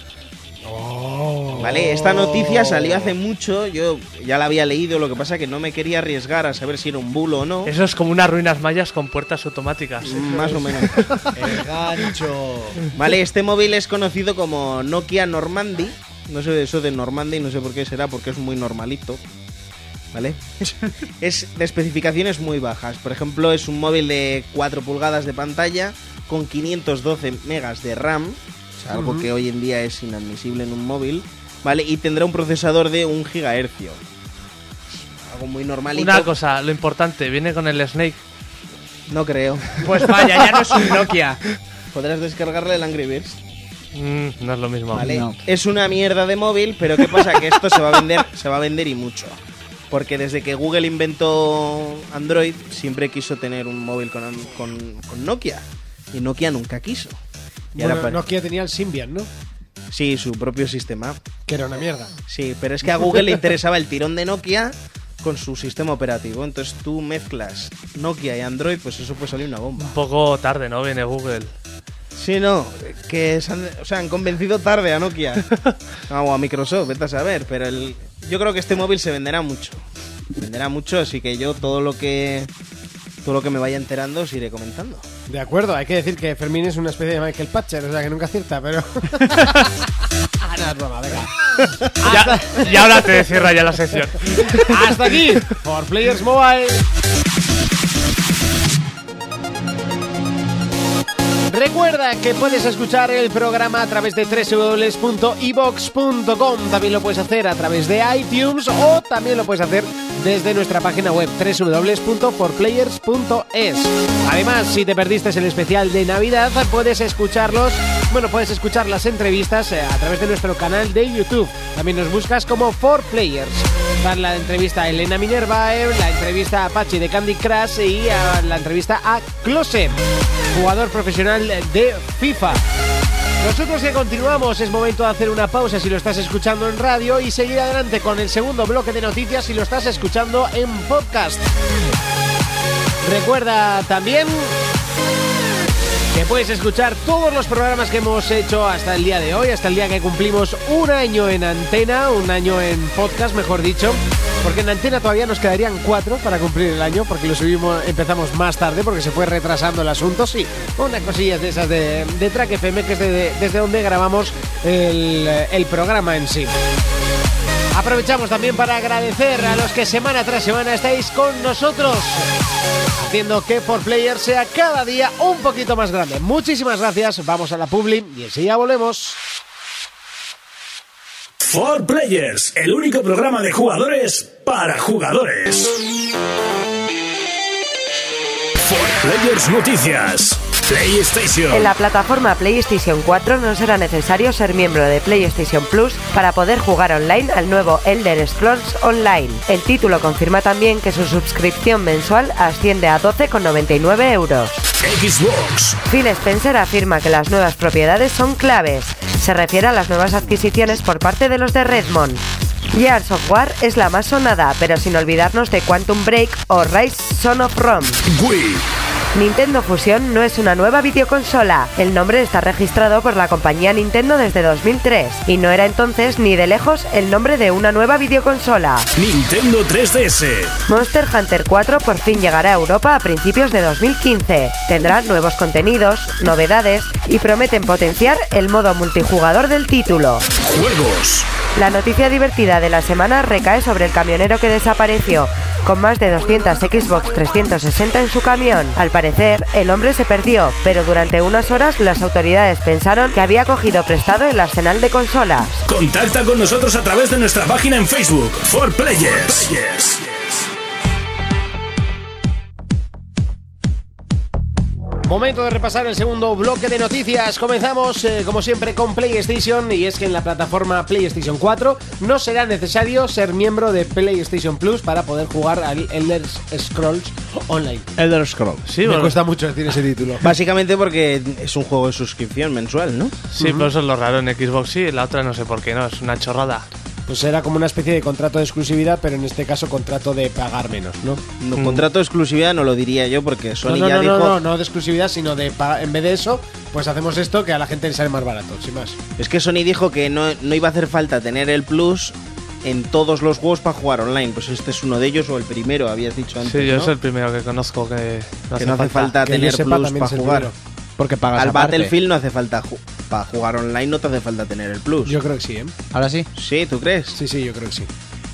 Speaker 7: Vale, esta noticia salió hace mucho, yo ya la había leído, lo que pasa que no me quería arriesgar a saber si era un bulo o no.
Speaker 6: Eso es como unas ruinas mayas con puertas automáticas.
Speaker 7: Más o menos. Vale, este móvil es conocido como Nokia Normandy. No sé eso de Normandy, no sé por qué será, porque es muy normalito. ¿Vale? Es de especificaciones muy bajas. Por ejemplo, es un móvil de 4 pulgadas de pantalla con 512 megas de RAM. o sea, algo que hoy en día es inadmisible en un móvil. ¿Vale? Y tendrá un procesador de 1 gigahercio. Algo muy normalito.
Speaker 6: Una cosa, lo importante, viene con el Snake.
Speaker 7: No creo.
Speaker 5: Pues vaya, ya no es un Nokia.
Speaker 7: Podrás descargarle el Angry Birds.
Speaker 6: Mm, no es lo mismo.
Speaker 7: ¿vale?
Speaker 5: No.
Speaker 7: Es una mierda de móvil, pero qué pasa que esto se va a vender, se va a vender y mucho. Porque desde que Google inventó Android, siempre quiso tener un móvil con, con- con Nokia. Y Nokia nunca quiso. Y ahora
Speaker 10: Bueno,
Speaker 7: pare-
Speaker 10: Nokia tenía el Symbian, ¿no?
Speaker 7: Sí, su propio sistema.
Speaker 10: Que era una mierda.
Speaker 7: Sí, pero es que a Google le interesaba el tirón de Nokia con su sistema operativo. Entonces tú mezclas Nokia y Android, pues eso puede salir una bomba.
Speaker 6: Un poco tarde, ¿no? Viene Google.
Speaker 7: Sí, no, que se han, o sea, han convencido tarde a Nokia. Ah, o a Microsoft, vete a saber, pero el, yo creo que este móvil se venderá mucho. Se venderá mucho, así que yo todo lo que todo lo que me vaya enterando os iré comentando.
Speaker 10: De acuerdo, hay que decir que Fermín es una especie de Michael Patcher, o sea que nunca acierta, pero. ah, no, es broma, venga.
Speaker 7: Ah,
Speaker 6: Ya, y ahora te cierra ya la sección.
Speaker 10: Hasta aquí, por Players Mobile.
Speaker 2: Recuerda que puedes escuchar el programa a través de www.evox.com. También lo puedes hacer a través de iTunes o también lo puedes hacer desde nuestra página web www.forplayers.es. Además, si te perdiste el especial de Navidad, puedes escucharlos. Bueno, puedes escuchar las entrevistas eh, a través de nuestro canal de YouTube. También nos buscas como 4Players. Están la entrevista a Elena Minerva, eh, la entrevista a Apache de Candy Crush y ah, la entrevista a Close jugador profesional de FIFA. Nosotros que continuamos, es momento de hacer una pausa si lo estás escuchando en radio y seguir adelante con el segundo bloque de noticias si lo estás escuchando en podcast. Recuerda también que puedes escuchar todos los programas que hemos hecho hasta el día de hoy, hasta el día que cumplimos un año en antena, un año en podcast, mejor dicho, porque en antena todavía nos quedarían cuatro para cumplir el año, porque lo subimos, empezamos más tarde, porque se fue retrasando el asunto, sí, unas cosillas de esas de, de Track FM, que es de- desde donde grabamos el, el programa en sí. Aprovechamos también para agradecer a los que semana tras semana estáis con nosotros, haciendo que For Player sea cada día un poquito más grande. Muchísimas gracias, vamos a la Publi y enseguida volvemos.
Speaker 1: For Players, el único programa de jugadores para jugadores. For Players Noticias. PlayStation.
Speaker 3: En la plataforma PlayStation 4 no será necesario ser miembro de PlayStation Plus para poder jugar online al nuevo Elder Scrolls Online. El título confirma también que su suscripción mensual asciende a 12,99 euros.
Speaker 1: Xbox.
Speaker 3: Phil Spencer afirma que las nuevas propiedades son claves. Se refiere a las nuevas adquisiciones por parte de los de Redmond. Gears of War es la más sonada, pero sin olvidarnos de Quantum Break o Rise Son of Rome.
Speaker 1: Wii.
Speaker 3: Nintendo Fusion no es una nueva videoconsola. El nombre está registrado por la compañía Nintendo desde 2003 y no era entonces ni de lejos el nombre de una nueva videoconsola.
Speaker 1: Nintendo 3DS.
Speaker 3: Monster Hunter 4 por fin llegará a Europa a principios de 2015. Tendrá nuevos contenidos, novedades y prometen potenciar el modo multijugador del título.
Speaker 1: Juegos.
Speaker 3: La noticia divertida de la semana recae sobre el camionero que desapareció, con más de 200 Xbox 360 en su camión. Al parecer, el hombre se perdió, pero durante unas horas las autoridades pensaron que había cogido prestado el arsenal de consolas.
Speaker 1: Contacta con nosotros a través de nuestra página en Facebook. For Players.
Speaker 2: Momento de repasar el segundo bloque de noticias. Comenzamos, eh, como siempre, con PlayStation. Y es que en la plataforma PlayStation 4 no será necesario ser miembro de PlayStation Plus para poder jugar al Elder Scrolls Online.
Speaker 7: Elder Scrolls.
Speaker 6: Sí,
Speaker 10: Me
Speaker 6: bueno,
Speaker 10: cuesta mucho decir ese título.
Speaker 7: Básicamente porque es un juego de suscripción mensual, ¿no?
Speaker 6: sí pero eso es lo raro en Xbox sí, en la otra no sé por qué no, es una chorrada.
Speaker 10: Pues era como una especie de contrato de exclusividad, pero en este caso contrato de pagar menos, ¿no?
Speaker 7: No, Contrato de exclusividad no lo diría yo porque
Speaker 10: Mm. No,
Speaker 7: Sony
Speaker 10: no,
Speaker 7: ya
Speaker 10: no,
Speaker 7: dijo...
Speaker 10: no, no, no de exclusividad, sino de pa- en vez de eso, pues hacemos esto que a la gente le sale más barato, sin más.
Speaker 7: Es que Sony dijo que no, no iba a hacer falta tener el Plus en todos los juegos para jugar online. Pues este es uno de ellos o el primero, habías dicho antes,
Speaker 6: Sí, yo
Speaker 7: ¿no?
Speaker 6: es el primero que conozco que no
Speaker 7: que no hace falta,
Speaker 10: Que yo
Speaker 7: tener
Speaker 10: sepa,
Speaker 7: Plus
Speaker 10: también
Speaker 7: para
Speaker 10: es el
Speaker 7: jugar.
Speaker 10: primero.
Speaker 5: Porque pagas
Speaker 7: Al
Speaker 5: aparte.
Speaker 7: Battlefield no hace falta para jugar online, no te hace falta tener el Plus.
Speaker 10: Yo creo que sí, ¿eh?
Speaker 5: Ahora sí.
Speaker 7: Sí, ¿tú crees?
Speaker 10: Sí, sí, yo creo que sí.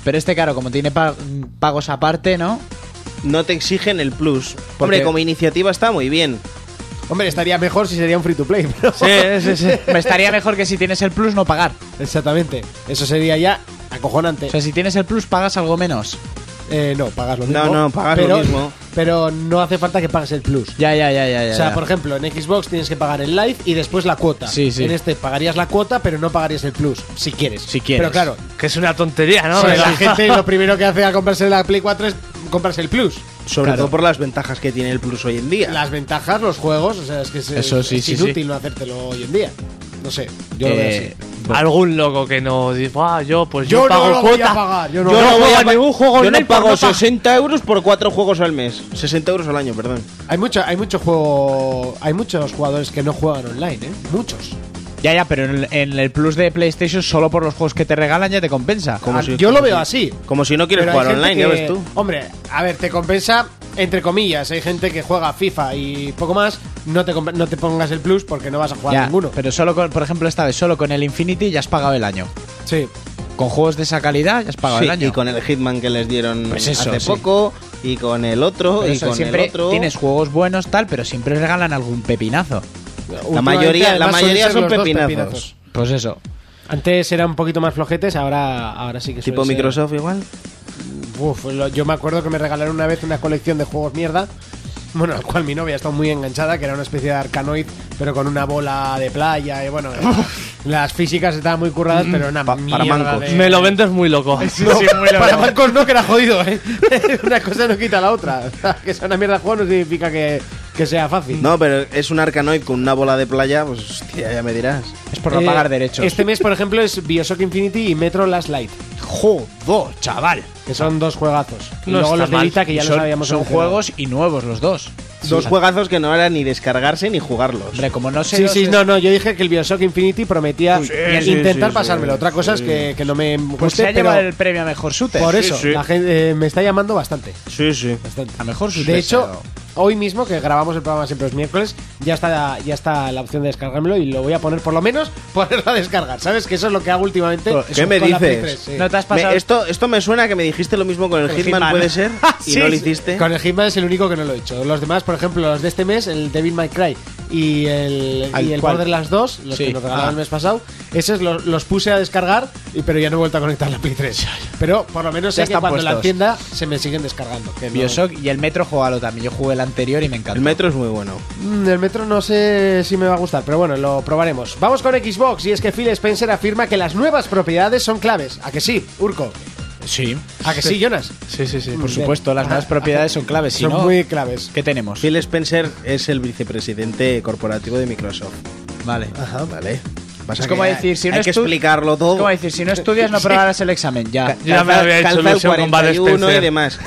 Speaker 5: Pero este, claro, como tiene pa- pagos aparte, ¿no?
Speaker 7: No te exigen el Plus.
Speaker 5: Porque-
Speaker 7: Hombre, como iniciativa está muy bien.
Speaker 10: Hombre, estaría mejor si sería un free to play, pero...
Speaker 5: Sí, sí, sí. Me estaría mejor que si tienes el plus no pagar.
Speaker 10: Exactamente. Eso sería ya acojonante.
Speaker 5: O sea, si tienes el plus pagas algo menos.
Speaker 2: Eh, no, pagas lo mismo.
Speaker 7: No, no, pagas lo
Speaker 2: pero-
Speaker 7: mismo.
Speaker 2: Pero no hace falta que pagues el plus.
Speaker 5: Ya, ya, ya, ya. ya,
Speaker 2: o sea,
Speaker 5: ya.
Speaker 2: por ejemplo, en Xbox tienes que pagar el live y después la cuota.
Speaker 5: Sí, sí.
Speaker 2: En este pagarías la cuota, pero no pagarías el plus, si quieres.
Speaker 5: Si quieres.
Speaker 2: Pero claro,
Speaker 6: Que es una tontería, ¿no?
Speaker 2: o sea,
Speaker 6: Pero-
Speaker 2: la gente lo primero que hace al comprarse la Play 4 es comprarse el plus.
Speaker 7: Sobre
Speaker 5: Claro.
Speaker 7: todo por las ventajas que tiene el Plus hoy en día.
Speaker 2: Las ventajas, los juegos, o sea, es que es,
Speaker 5: Eso sí,
Speaker 2: es
Speaker 5: sí,
Speaker 2: inútil
Speaker 5: sí.
Speaker 2: no hacértelo hoy en día. No sé, yo lo veo así.
Speaker 5: Eh, bueno.
Speaker 6: Algún loco que no dice, ah, yo pues yo,
Speaker 2: Yo no
Speaker 6: pago
Speaker 2: lo voy a
Speaker 6: cuota.
Speaker 2: pagar, yo no-
Speaker 6: yo no,
Speaker 2: Yo
Speaker 6: juego a
Speaker 7: pa-
Speaker 6: ningún juego
Speaker 7: Yo
Speaker 6: online
Speaker 7: no
Speaker 6: por
Speaker 7: pago
Speaker 6: no pagar".
Speaker 7: 60 euros por cuatro juegos al mes. 60 euros al año, perdón.
Speaker 2: Hay mucho, hay mucho juego, hay muchos jugadores que no juegan online, ¿eh? Muchos.
Speaker 5: Ya, ya, pero en el, en el plus de PlayStation solo por los juegos que te regalan ya te compensa.
Speaker 7: Como
Speaker 2: Ah,
Speaker 7: si-
Speaker 2: yo lo
Speaker 7: como
Speaker 2: veo
Speaker 7: si-
Speaker 2: así.
Speaker 7: Como si no quieres
Speaker 2: Pero hay
Speaker 7: jugar
Speaker 2: gente
Speaker 7: online, ya
Speaker 2: que-
Speaker 7: ves tú.
Speaker 2: Hombre, a ver, te compensa entre comillas. Hay gente que juega FIFA y poco más. No te, comp- no te pongas el plus porque no vas a jugar
Speaker 5: Ya,
Speaker 2: ninguno.
Speaker 5: Pero solo con, por ejemplo, esta vez solo con el Infinity ya has pagado el año.
Speaker 2: Sí.
Speaker 5: Con juegos de esa calidad ya has pagado
Speaker 7: Sí,
Speaker 5: el año.
Speaker 7: y con el Hitman que les dieron
Speaker 5: Pues eso,
Speaker 7: hace
Speaker 5: sí.
Speaker 7: poco, y con el otro,
Speaker 5: Pero
Speaker 7: y
Speaker 5: eso,
Speaker 7: con
Speaker 5: siempre
Speaker 7: el otro.
Speaker 5: tienes juegos buenos tal, pero siempre regalan algún pepinazo.
Speaker 7: La
Speaker 2: Últimamente,
Speaker 7: mayoría, la
Speaker 2: además, suelen ser
Speaker 7: mayoría son
Speaker 2: los dos
Speaker 7: pepinazos.
Speaker 2: pepinazos.
Speaker 5: Pues eso.
Speaker 2: Antes eran un poquito más flojetes, ahora, ahora sí que suelen
Speaker 7: Tipo
Speaker 2: ser-
Speaker 7: Microsoft igual.
Speaker 2: Uf, lo- yo me acuerdo que me regalaron una vez una colección de juegos mierda. Bueno, al cual mi novia está muy enganchada, que era una especie de arcanoid, pero con una bola de playa. Y bueno, eh, las físicas estaban muy curradas, pero una
Speaker 7: Pa-
Speaker 2: mierda
Speaker 7: para mancos.
Speaker 2: de-
Speaker 6: Me lo vendes muy loco.
Speaker 2: No, para bancos no, que era jodido, ¿eh? una cosa no quita la otra. que sea una mierda de juego no significa que, que sea fácil.
Speaker 7: No, pero es un Arcanoid con una bola de playa, pues hostia, ya me dirás.
Speaker 5: Es por no
Speaker 2: Eh,
Speaker 5: pagar derechos.
Speaker 2: Este mes, por ejemplo, es Bioshock Infinity y Metro Last Light,
Speaker 5: Jodo, chaval.
Speaker 2: que son dos juegazos. Y
Speaker 6: No
Speaker 2: luego
Speaker 6: está
Speaker 2: los de
Speaker 6: mal.
Speaker 2: Vita, que ya
Speaker 5: Y
Speaker 2: los
Speaker 5: son-
Speaker 2: habíamos
Speaker 5: son
Speaker 2: mencionado.
Speaker 5: juegos y nuevos los dos.
Speaker 7: Dos juegazos que no era ni descargarse ni jugarlos.
Speaker 5: Hombre, como no sé.
Speaker 2: Sí,
Speaker 5: los-
Speaker 2: sí, no, no, yo dije que el Bioshock Infinity prometía
Speaker 7: sí,
Speaker 2: intentar
Speaker 7: sí,
Speaker 2: pasármelo. Otra cosa es que, que no me guste,
Speaker 5: Pues se ha
Speaker 2: pero
Speaker 5: llevado el premio a mejor shooter.
Speaker 2: por eso la gente eh, me está llamando bastante.
Speaker 7: Sí, sí.
Speaker 2: bastante.
Speaker 5: A mejor shooter.
Speaker 2: De hecho,
Speaker 5: pero-
Speaker 2: hoy mismo que grabamos el programa siempre los miércoles, ya está, ya está la opción de descargármelo y lo voy a poner por lo menos ponerlo a descargar. ¿Sabes? Que eso es lo que hago últimamente.
Speaker 7: ¿Qué
Speaker 2: con
Speaker 7: me
Speaker 2: la Play
Speaker 7: dices?
Speaker 2: 3, sí.
Speaker 5: No te has pasado.
Speaker 7: Me- esto, esto me suena que me dijiste lo mismo con el,
Speaker 5: El
Speaker 7: Hitman,
Speaker 5: Hitman. Ah,
Speaker 7: puede ser, y
Speaker 5: Sí,
Speaker 7: no lo
Speaker 5: sí.
Speaker 7: hiciste.
Speaker 2: Con el Hitman es el único que no lo he hecho. Los demás, por ejemplo, los de este mes, el Devil May Cry y el,
Speaker 5: Al
Speaker 2: y el
Speaker 5: cual.
Speaker 2: Borderlands 2, los
Speaker 5: Sí.
Speaker 2: que nos regalaron
Speaker 5: Ah.
Speaker 2: el mes pasado, esos lo- los, puse a descargar, y- pero ya no he vuelto a conectar la Play 3. Pero por lo menos
Speaker 5: Ya
Speaker 2: sé que
Speaker 5: están
Speaker 2: cuando la
Speaker 5: puestos.
Speaker 2: entienda se me siguen descargando. que no-
Speaker 5: Bioshock y el Metro jugalo también. Yo jugué el anterior y me encantó.
Speaker 7: El metro es muy bueno.
Speaker 2: Mm, El metro no sé si me va a gustar, pero bueno, lo probaremos. Vamos con Xbox, y es que Phil Spencer afirma que las nuevas propiedades son claves. ¿A que sí, Urco?
Speaker 5: Sí.
Speaker 2: ¿A que sí, Jonas?
Speaker 6: Sí, sí, sí.
Speaker 5: Por supuesto, las nuevas propiedades son claves. Si
Speaker 2: son
Speaker 5: no,
Speaker 2: muy claves.
Speaker 5: ¿qué tenemos?
Speaker 7: Phil Spencer es el vicepresidente corporativo de Microsoft.
Speaker 5: Vale.
Speaker 7: Vale. Pasa
Speaker 5: Es como
Speaker 7: que
Speaker 5: decir, si
Speaker 7: hay
Speaker 5: no
Speaker 7: que
Speaker 5: estu-
Speaker 7: explicarlo todo.
Speaker 5: Es como decir, si no estudias, no probarás el examen. Ya.
Speaker 6: Yo ya me
Speaker 7: Calza-
Speaker 6: había hecho
Speaker 7: calza el
Speaker 6: ilusión con Bud
Speaker 7: 41 y
Speaker 6: Spencer.
Speaker 7: demás.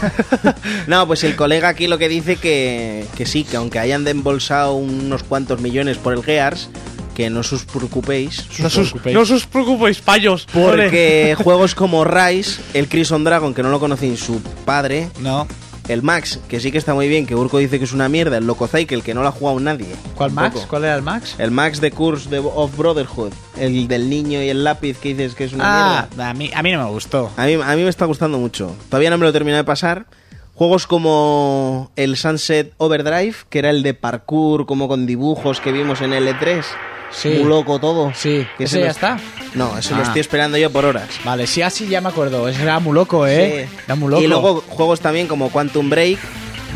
Speaker 7: no, pues el colega aquí lo que dice que, que sí, que aunque hayan de embolsado unos cuantos millones por el Gears, que no os preocupéis.
Speaker 6: No os, no os preocupéis, payos.
Speaker 7: Porque juegos como Rise, el Chris on Dragon, que no lo conocéis, su padre,
Speaker 5: No.
Speaker 7: el Max, que sí que está muy bien, que Urco dice que es una mierda, el Loco Cycle, que no lo ha jugado nadie.
Speaker 5: ¿Cuál Max?
Speaker 7: Tampoco.
Speaker 5: ¿Cuál era el Max?
Speaker 7: El Max de Curse de- of Brotherhood, el del niño y el lápiz que dices que es una mierda.
Speaker 5: Ah, a mí, a mí no me gustó.
Speaker 7: A mí, a mí me está gustando mucho. Todavía no me lo he terminado de pasar. Juegos como el Sunset Overdrive, que era el de parkour, como con dibujos que vimos en L3.
Speaker 5: Sí.
Speaker 7: Muy loco todo.
Speaker 5: Sí.
Speaker 7: Que
Speaker 5: ¿Ese
Speaker 7: lo
Speaker 5: ya
Speaker 7: est-
Speaker 5: está?
Speaker 7: No, eso
Speaker 5: Ah.
Speaker 7: lo estoy esperando yo por horas.
Speaker 5: Vale, sí, así ya me acuerdo. Ese era muy loco, ¿eh?
Speaker 7: Sí.
Speaker 5: Era muy loco.
Speaker 7: Y luego juegos también como Quantum Break,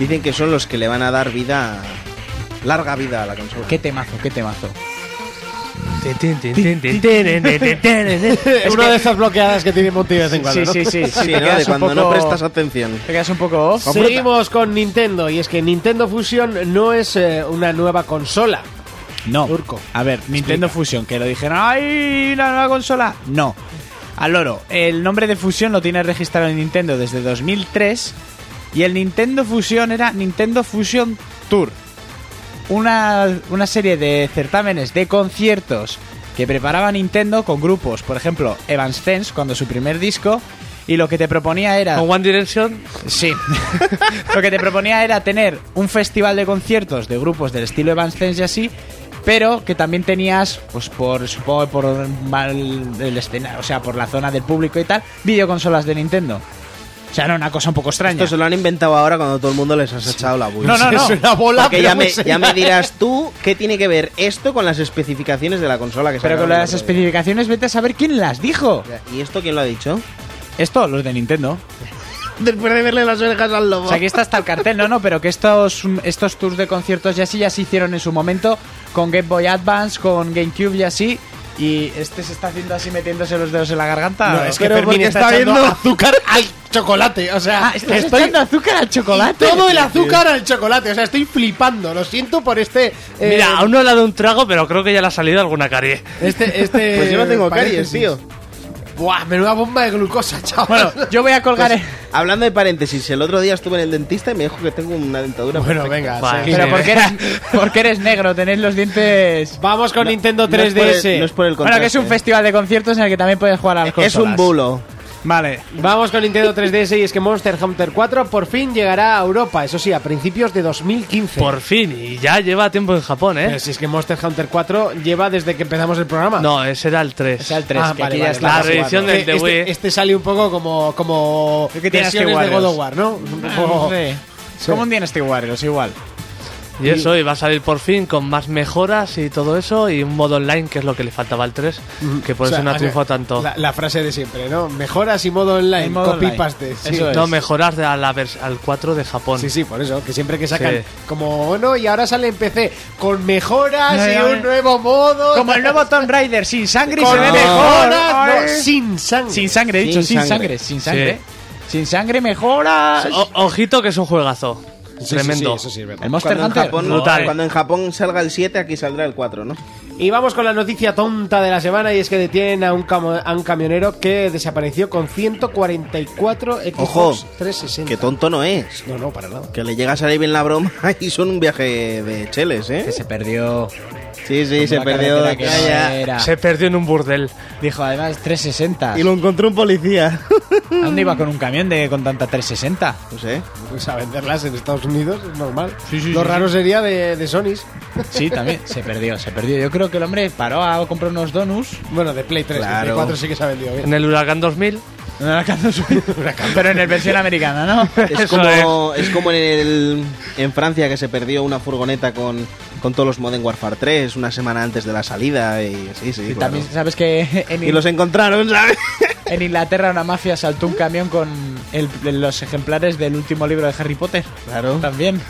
Speaker 7: dicen que son los que le van a dar vida, larga vida a la consola.
Speaker 5: Qué temazo, qué temazo.
Speaker 2: Es una de esas bloqueadas que tiene Monty de vez en cuando.
Speaker 5: Sí,
Speaker 2: ¿no?
Speaker 5: sí, sí.
Speaker 7: Sí,
Speaker 5: te
Speaker 7: ¿no?
Speaker 5: quedas
Speaker 7: De
Speaker 5: un
Speaker 7: cuando no
Speaker 5: poco-
Speaker 7: prestas atención.
Speaker 5: Te quedas un poco off.
Speaker 2: "Oh, Seguimos con Nintendo y es que Nintendo Fusion no es eh, una nueva consola.
Speaker 5: No.
Speaker 2: Urco.
Speaker 5: A ver, Nintendo Fusion, que lo dijeron, ¡ay, la nueva consola! No. Al oro, el nombre de Fusion lo tiene registrado en Nintendo desde 2003 y el Nintendo Fusion era Nintendo Fusion Tour. Una, una serie de certámenes, de conciertos que preparaba Nintendo con grupos, por ejemplo, Evanescence, cuando su primer disco, y lo que te proponía era...
Speaker 6: Con One Direction,
Speaker 5: Sí. Lo que te proponía era tener un festival de conciertos de grupos del estilo Evanescence y así, pero que también tenías, pues por supongo por mal el escena, o sea, por la zona del público y tal, videoconsolas de Nintendo. O sea, era una cosa un poco extraña.
Speaker 7: Esto se lo han inventado ahora cuando todo el mundo les has echado la bulla.
Speaker 5: No, no, no.
Speaker 2: Es una bola,
Speaker 7: Ah, Porque
Speaker 2: pero
Speaker 7: ya
Speaker 2: muy
Speaker 7: me,
Speaker 2: seria.
Speaker 7: ya me dirás tú qué tiene que ver esto con las especificaciones de la consola que se
Speaker 5: Pero con
Speaker 7: acaba de
Speaker 5: las
Speaker 7: ver otro día.
Speaker 5: especificaciones vete a saber quién las dijo.
Speaker 7: ¿Y esto quién lo ha dicho?
Speaker 5: Esto, los de Nintendo.
Speaker 7: después de verle las orejas al lobo.
Speaker 5: O sea, aquí está hasta el cartel, no, no, pero que estos, estos tours de conciertos y así ya se hicieron en su momento con Game Boy Advance, con GameCube y así. Y este se está haciendo así metiéndose los dedos en la garganta.
Speaker 2: No, es que Fermín Ah, está, echando azúcar al chocolate. O sea,
Speaker 5: Ah, ¿estás echando azúcar al chocolate?
Speaker 2: Todo el azúcar al chocolate. O sea, estoy flipando. Lo siento por este. eh,
Speaker 6: Mira, aún no le ha dado un trago, pero creo que ya le ha salido alguna carie.
Speaker 2: Este, este.
Speaker 7: Pues yo no
Speaker 5: Eh,
Speaker 7: tengo caries,
Speaker 2: paréntesis.
Speaker 7: tío.
Speaker 2: Buah, menuda bomba de glucosa, chaval.
Speaker 5: Bueno, yo voy a colgar.
Speaker 7: Pues, hablando de paréntesis, el otro día estuve en el dentista y me dijo que tengo una dentadura.
Speaker 2: Bueno,
Speaker 7: perfecta.
Speaker 2: venga,
Speaker 6: Vale.
Speaker 2: seguimos.
Speaker 5: Pero porque eres, porque eres negro, tenéis los dientes.
Speaker 2: Vamos con Nintendo
Speaker 7: no es
Speaker 2: 3DS.
Speaker 7: por el- no es por el
Speaker 5: Bueno, que es un
Speaker 7: contraste.
Speaker 5: festival de conciertos en el que también puedes jugar al
Speaker 7: Es un bulo.
Speaker 5: Vale.
Speaker 2: Vamos con Nintendo 3DS y es que Monster Hunter 4 por fin llegará a Europa, eso sí, a principios de 2015.
Speaker 6: Por fin, y ya lleva tiempo en Japón, ¿eh?
Speaker 2: Pero si es que Monster Hunter 4 lleva desde que empezamos el programa.
Speaker 6: No, ese era el 3.
Speaker 5: sea, el 3,
Speaker 2: Ah,
Speaker 5: que
Speaker 2: vale,
Speaker 5: aquí ya
Speaker 2: vale,
Speaker 5: está
Speaker 2: vale.
Speaker 6: La reedición del
Speaker 2: Este-
Speaker 6: de Wii.
Speaker 2: este, este sale un poco como como
Speaker 5: Creo que tienes que
Speaker 2: versiones de God of
Speaker 5: guardarlos.
Speaker 2: War, ¿no? Un
Speaker 5: Ah,
Speaker 2: poco-
Speaker 5: no sé.
Speaker 2: Sí.
Speaker 5: ¿Cómo tienes que guardarlos? Igual.
Speaker 6: Y eso, y va a salir por fin con más mejoras y todo eso, y un modo online, que es lo que le faltaba al 3, que
Speaker 2: Mm-hmm.
Speaker 6: por
Speaker 2: O sea,
Speaker 6: eso no ha
Speaker 2: o sea,
Speaker 6: triunfado tanto.
Speaker 2: La, la frase de siempre, ¿no? Mejoras y modo online,
Speaker 5: Y modo
Speaker 2: copy
Speaker 5: online.
Speaker 2: paste. sí.
Speaker 5: Eso es.
Speaker 6: No, mejoras de a la vers- al 4 de Japón.
Speaker 2: Sí, sí, por eso, que siempre que sacan
Speaker 6: Sí.
Speaker 2: como, bueno, y ahora sale en PC con mejoras
Speaker 5: No,
Speaker 2: y
Speaker 5: ya,
Speaker 2: un
Speaker 5: eh.
Speaker 2: nuevo modo.
Speaker 5: Como el nuevo Tomb Raider, sin sangre y
Speaker 2: Con
Speaker 5: se ve
Speaker 7: no.
Speaker 5: mejor.
Speaker 2: mejoras, no,
Speaker 5: Ay.
Speaker 2: sin sangre.
Speaker 5: Sin sangre, he
Speaker 7: Sin
Speaker 5: dicho, sin
Speaker 7: sangre.
Speaker 5: sangre, sin sangre. Sin sangre mejora.
Speaker 6: O- ojito que es un juegazo.
Speaker 2: Sí, sí,
Speaker 6: Tremendo.
Speaker 2: sí, eso sí es verdad.
Speaker 5: El Monster
Speaker 7: Cuando en,
Speaker 5: Hunter.
Speaker 7: Japón,
Speaker 6: Brutal.
Speaker 7: cuando en Japón salga el 7, aquí saldrá el 4, ¿no?
Speaker 2: Y vamos con la noticia tonta de la semana y es que detienen a un, camo- a un camionero que desapareció con 144 Xbox
Speaker 7: Ojo,
Speaker 2: 360.
Speaker 7: Que tonto no es.
Speaker 2: No, no, para nada.
Speaker 7: Que le llega a salir bien la broma y son un viaje de cheles, ¿eh?
Speaker 5: se perdió.
Speaker 7: Sí, sí, se
Speaker 5: la
Speaker 7: perdió.
Speaker 5: carretera que no
Speaker 7: Ya, ya.
Speaker 5: era.
Speaker 6: Se perdió en un burdel.
Speaker 5: Dijo, además, 360.
Speaker 7: Y lo encontró un policía.
Speaker 5: ¿A dónde iba con un camión de con tanta 360?
Speaker 7: No sé.
Speaker 2: Pues a venderlas en Estados Unidos es normal.
Speaker 5: Sí, sí,
Speaker 2: Lo
Speaker 5: sí,
Speaker 2: raro sería de, de Sonys.
Speaker 5: Sí, también. Se perdió, se perdió. Yo creo que el hombre paró a comprar unos donuts.
Speaker 2: Bueno, de Play 3, de
Speaker 7: Claro.
Speaker 2: Play 4 sí que se ha vendido bien.
Speaker 6: En el Huracán 2000.
Speaker 5: No le alcanzó su Pero en la versión americana, ¿no?
Speaker 7: Es
Speaker 6: Eso
Speaker 7: como, es como en, el- en Francia que se perdió una furgoneta con, con todos los Modern Warfare 3 una semana antes de la salida. Y, sí, sí,
Speaker 5: Y
Speaker 7: claro.
Speaker 5: también sabes que en,
Speaker 7: Y los encontraron, ¿sabes?
Speaker 5: en Inglaterra una mafia saltó un camión con el- los ejemplares del último libro de Harry Potter.
Speaker 7: Claro.
Speaker 5: También.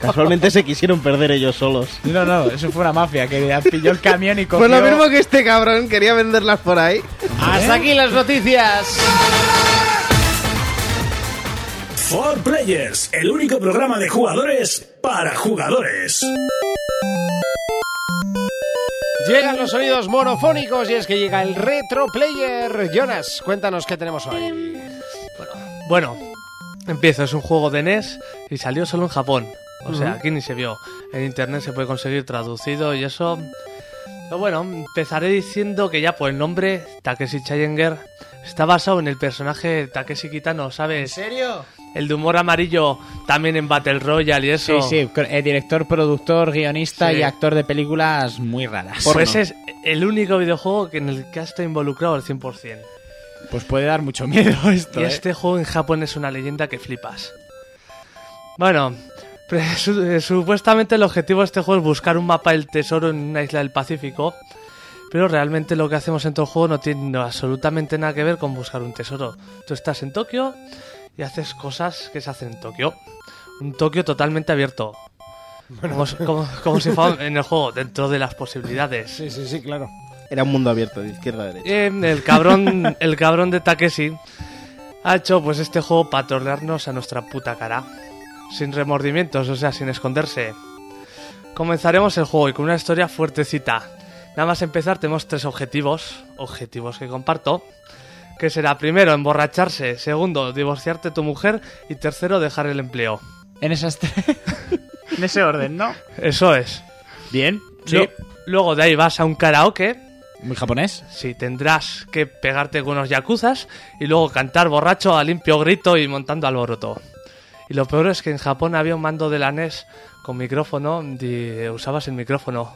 Speaker 7: Casualmente se quisieron perder ellos solos.
Speaker 5: No, no, eso fue una mafia que pilló el camión y cogió...
Speaker 7: Pues lo mismo que este cabrón quería venderlas por ahí.
Speaker 2: Hasta aquí las noticias.
Speaker 1: For Players, el único programa de jugadores para jugadores.
Speaker 2: Llegan los sonidos monofónicos y es que llega el Retro Player. Jonas, cuéntanos qué tenemos
Speaker 5: Em.
Speaker 2: hoy.
Speaker 6: Bueno, empiezo. Es un juego de NES y salió solo en Japón. O sea, aquí ni se vio. En internet se puede conseguir traducido y eso. Pero bueno, empezaré diciendo que ya por el nombre, Takeshi Challenger, está basado en el personaje Takeshi Kitano, ¿sabes?
Speaker 5: serio?
Speaker 6: El de humor amarillo también en Battle Royale y
Speaker 5: Sí,
Speaker 6: eso.
Speaker 5: sí, cr- eh, director, productor, guionista
Speaker 6: Sí.
Speaker 5: y actor de películas muy raras.
Speaker 6: Pues ese es el único videojuego que en el que ha estado involucrado al 100%.
Speaker 5: Pues puede dar mucho miedo esto,
Speaker 6: Y
Speaker 5: ¿eh?
Speaker 6: este juego en Japón es una leyenda que flipas. Bueno, presu- eh, supuestamente el objetivo de este juego es buscar un mapa del tesoro en una isla del Pacífico, pero realmente lo que hacemos en todo el juego no tiene absolutamente nada que ver con buscar un tesoro. Tú estás en Tokio y haces cosas que se hacen en Tokio. Un Tokio totalmente abierto. Como, si- como- como si fuera en el juego, dentro de las posibilidades.
Speaker 2: Sí, sí, sí, claro.
Speaker 7: Era un mundo abierto, de izquierda a derecha.
Speaker 6: Eh, el cabrón, el cabrón de Takeshi ha hecho pues este juego para tornarnos a nuestra puta cara. Sin remordimientos, o sea, sin esconderse. Comenzaremos el juego y con una historia fuertecita. Nada más empezar tenemos tres objetivos, objetivos que comparto, que será primero emborracharse, segundo divorciarte de tu mujer y tercero dejar el empleo.
Speaker 5: En esas tres... en ese orden, ¿no?
Speaker 6: Eso es.
Speaker 5: Bien,
Speaker 6: Lu- Luego de ahí vas a un karaoke,
Speaker 5: Muy japonés.
Speaker 6: Sí, tendrás que pegarte con unos yakuzas y luego cantar borracho a limpio grito y montando alboroto. Y lo peor es que en Japón había un mando de la NES con micrófono y usabas el micrófono.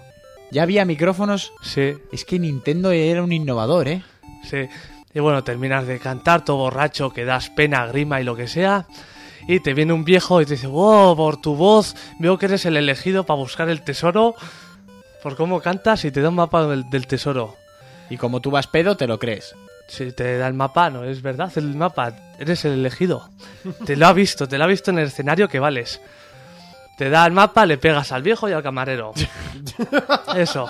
Speaker 5: Ya había micrófonos...
Speaker 6: Sí,
Speaker 5: Es que Nintendo era un innovador, ¿eh?
Speaker 6: sí. Y bueno, terminas de cantar todo borracho, que das pena, grima y lo que sea. Y te viene un viejo y te dice, wow, por tu voz, veo que eres el elegido para buscar el tesoro. Por cómo cantas y te da un mapa del- del tesoro.
Speaker 5: Y como tú vas pedo, te lo crees.
Speaker 6: Si te da el mapa, no es verdad, el mapa, eres el elegido. Te lo ha visto, te lo ha visto en el escenario que vales. Te da el mapa, le pegas al viejo y al camarero. Eso.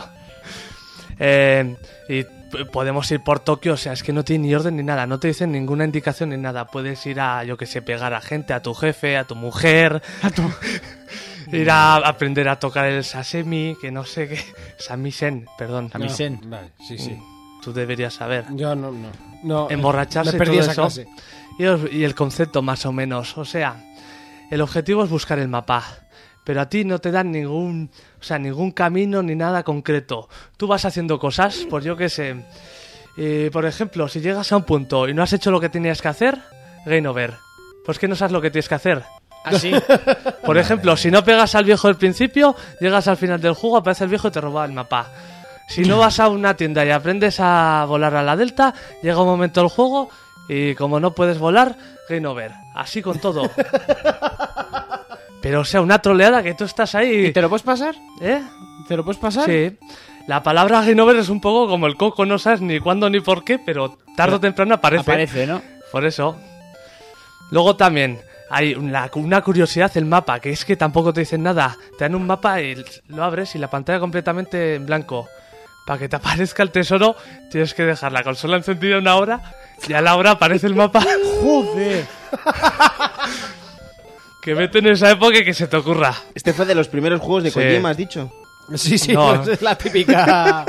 Speaker 6: Eh, y p- podemos ir por Tokio, o sea, es que no tiene ni orden ni nada, no te dicen ninguna indicación ni nada. Puedes ir a, yo que sé, pegar a gente, a tu jefe, a tu mujer, a tu... ir a aprender a tocar el sasemi, que no sé qué. Samisen, perdón.
Speaker 5: A mi sen.
Speaker 2: Vale, sí, sí.
Speaker 6: Tú deberías saber.
Speaker 2: Yo no, no. no
Speaker 6: Emborracharse
Speaker 2: me
Speaker 6: y
Speaker 2: perdí
Speaker 6: todo
Speaker 2: esa
Speaker 6: eso.
Speaker 2: clase.
Speaker 6: Y, os- y el concepto más o menos. O sea, el objetivo es buscar el mapa. Pero a ti no te dan ningún, o sea, ningún camino ni nada concreto. Tú vas haciendo cosas, por yo que sé. Eh, por ejemplo, si llegas a un punto y no has hecho lo que tenías que hacer, game over. Pues que no sabes lo que tienes que hacer.
Speaker 5: Así.
Speaker 6: Por ejemplo, si no pegas al viejo al principio, llegas al final del juego, aparece el viejo y te roba el mapa. Si no vas a una tienda y aprendes a volar a la delta, llega un momento del juego y como no puedes volar, game over. Así con todo. Pero o sea, una troleada que tú estás ahí...
Speaker 5: ¿Y te lo puedes pasar?
Speaker 6: ¿Eh?
Speaker 5: ¿Te lo puedes pasar?
Speaker 6: Sí. La palabra game over es un poco como el coco, no sabes ni cuándo ni por qué, pero tarde o temprano
Speaker 5: Aparece, ¿no?
Speaker 6: por eso. Luego también hay una, una curiosidad el mapa, que es que tampoco te dicen nada. Te dan un mapa y lo abres y la pantalla completamente en blanco. Para que te aparezca el tesoro, tienes que dejar la consola encendida una hora y a la hora aparece el mapa.
Speaker 5: ¡Joder!
Speaker 6: Que vete en esa época y que se te ocurra.
Speaker 7: Este fue de los primeros juegos de
Speaker 6: Sí.
Speaker 7: Kojima, has dicho.
Speaker 2: Sí, sí,
Speaker 6: No.
Speaker 2: pues es la típica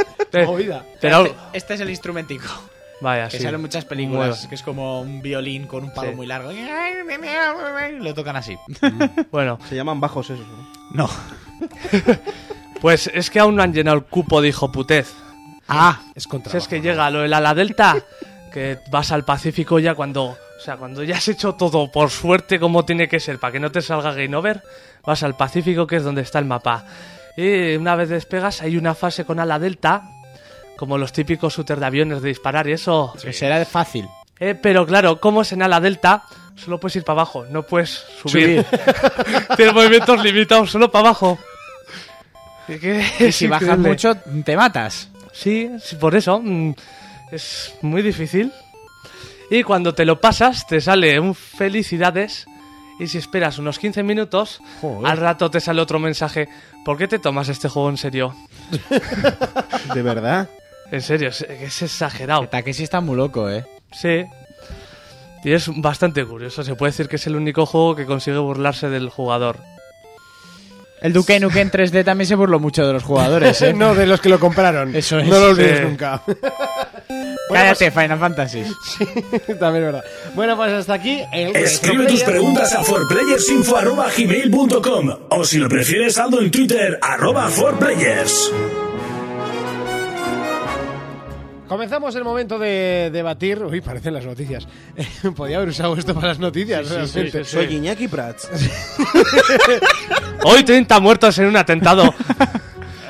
Speaker 2: movida.
Speaker 6: Pero,
Speaker 5: Este, este es el instrumentico.
Speaker 6: vaya,
Speaker 5: Que
Speaker 6: sí.
Speaker 5: sale en muchas películas. Que es como un violín con un palo
Speaker 6: Sí.
Speaker 5: muy largo. Lo tocan así.
Speaker 6: Bueno,
Speaker 7: Se llaman bajos esos. ¿no?
Speaker 5: No.
Speaker 6: pues es que aún no han llenado el cupo de hijoputez.
Speaker 5: Ah,
Speaker 2: Es contra.
Speaker 6: Si es que llega lo del ala delta, que vas al Pacífico ya cuando, o sea, cuando ya has hecho todo por suerte como tiene que ser, para que no te salga game over, vas al Pacífico que es donde está el mapa. Y una vez despegas hay una fase con ala delta, como los típicos shooter de aviones de disparar y eso.
Speaker 5: que será fácil.
Speaker 6: Eh, pero claro, como es en ala delta, solo puedes ir para abajo, no puedes subir. Tienes movimientos limitados, solo para abajo. Y que
Speaker 5: Y
Speaker 6: es
Speaker 5: si bajas
Speaker 6: increíble.
Speaker 5: mucho, te matas.
Speaker 6: Sí, sí, por eso. mm, Es muy difícil. Y cuando te lo pasas, te sale un felicidades. Y si esperas unos 15 minutos,
Speaker 5: Joder.
Speaker 6: al rato te sale otro mensaje. ¿Por qué te tomas este juego en serio?
Speaker 7: De verdad.
Speaker 6: En serio, es, es
Speaker 5: El
Speaker 6: exagerado.
Speaker 5: Takeshi está muy loco, eh.
Speaker 6: Sí. Y es bastante curioso. Se puede decir que es el único juego que consigue burlarse del jugador.
Speaker 5: El Duke Nukem 3D también se burló mucho de los jugadores, eh.
Speaker 2: No, de los que lo compraron.
Speaker 5: Eso es.
Speaker 2: No lo olvides
Speaker 6: Sí.
Speaker 2: nunca.
Speaker 5: Cállate, Final Fantasy.
Speaker 2: También es verdad. Bueno, pues hasta aquí el
Speaker 1: Escribe tus preguntas a forplayersinfo.com o si lo prefieres, saldo en Twitter, arroba forplayers.
Speaker 2: Comenzamos el momento de debatir. Uy, parecen las noticias. Podía haber usado esto para las noticias, realmente.
Speaker 7: Soy Iñaki Prats.
Speaker 6: Hoy 30 muertos en un atentado.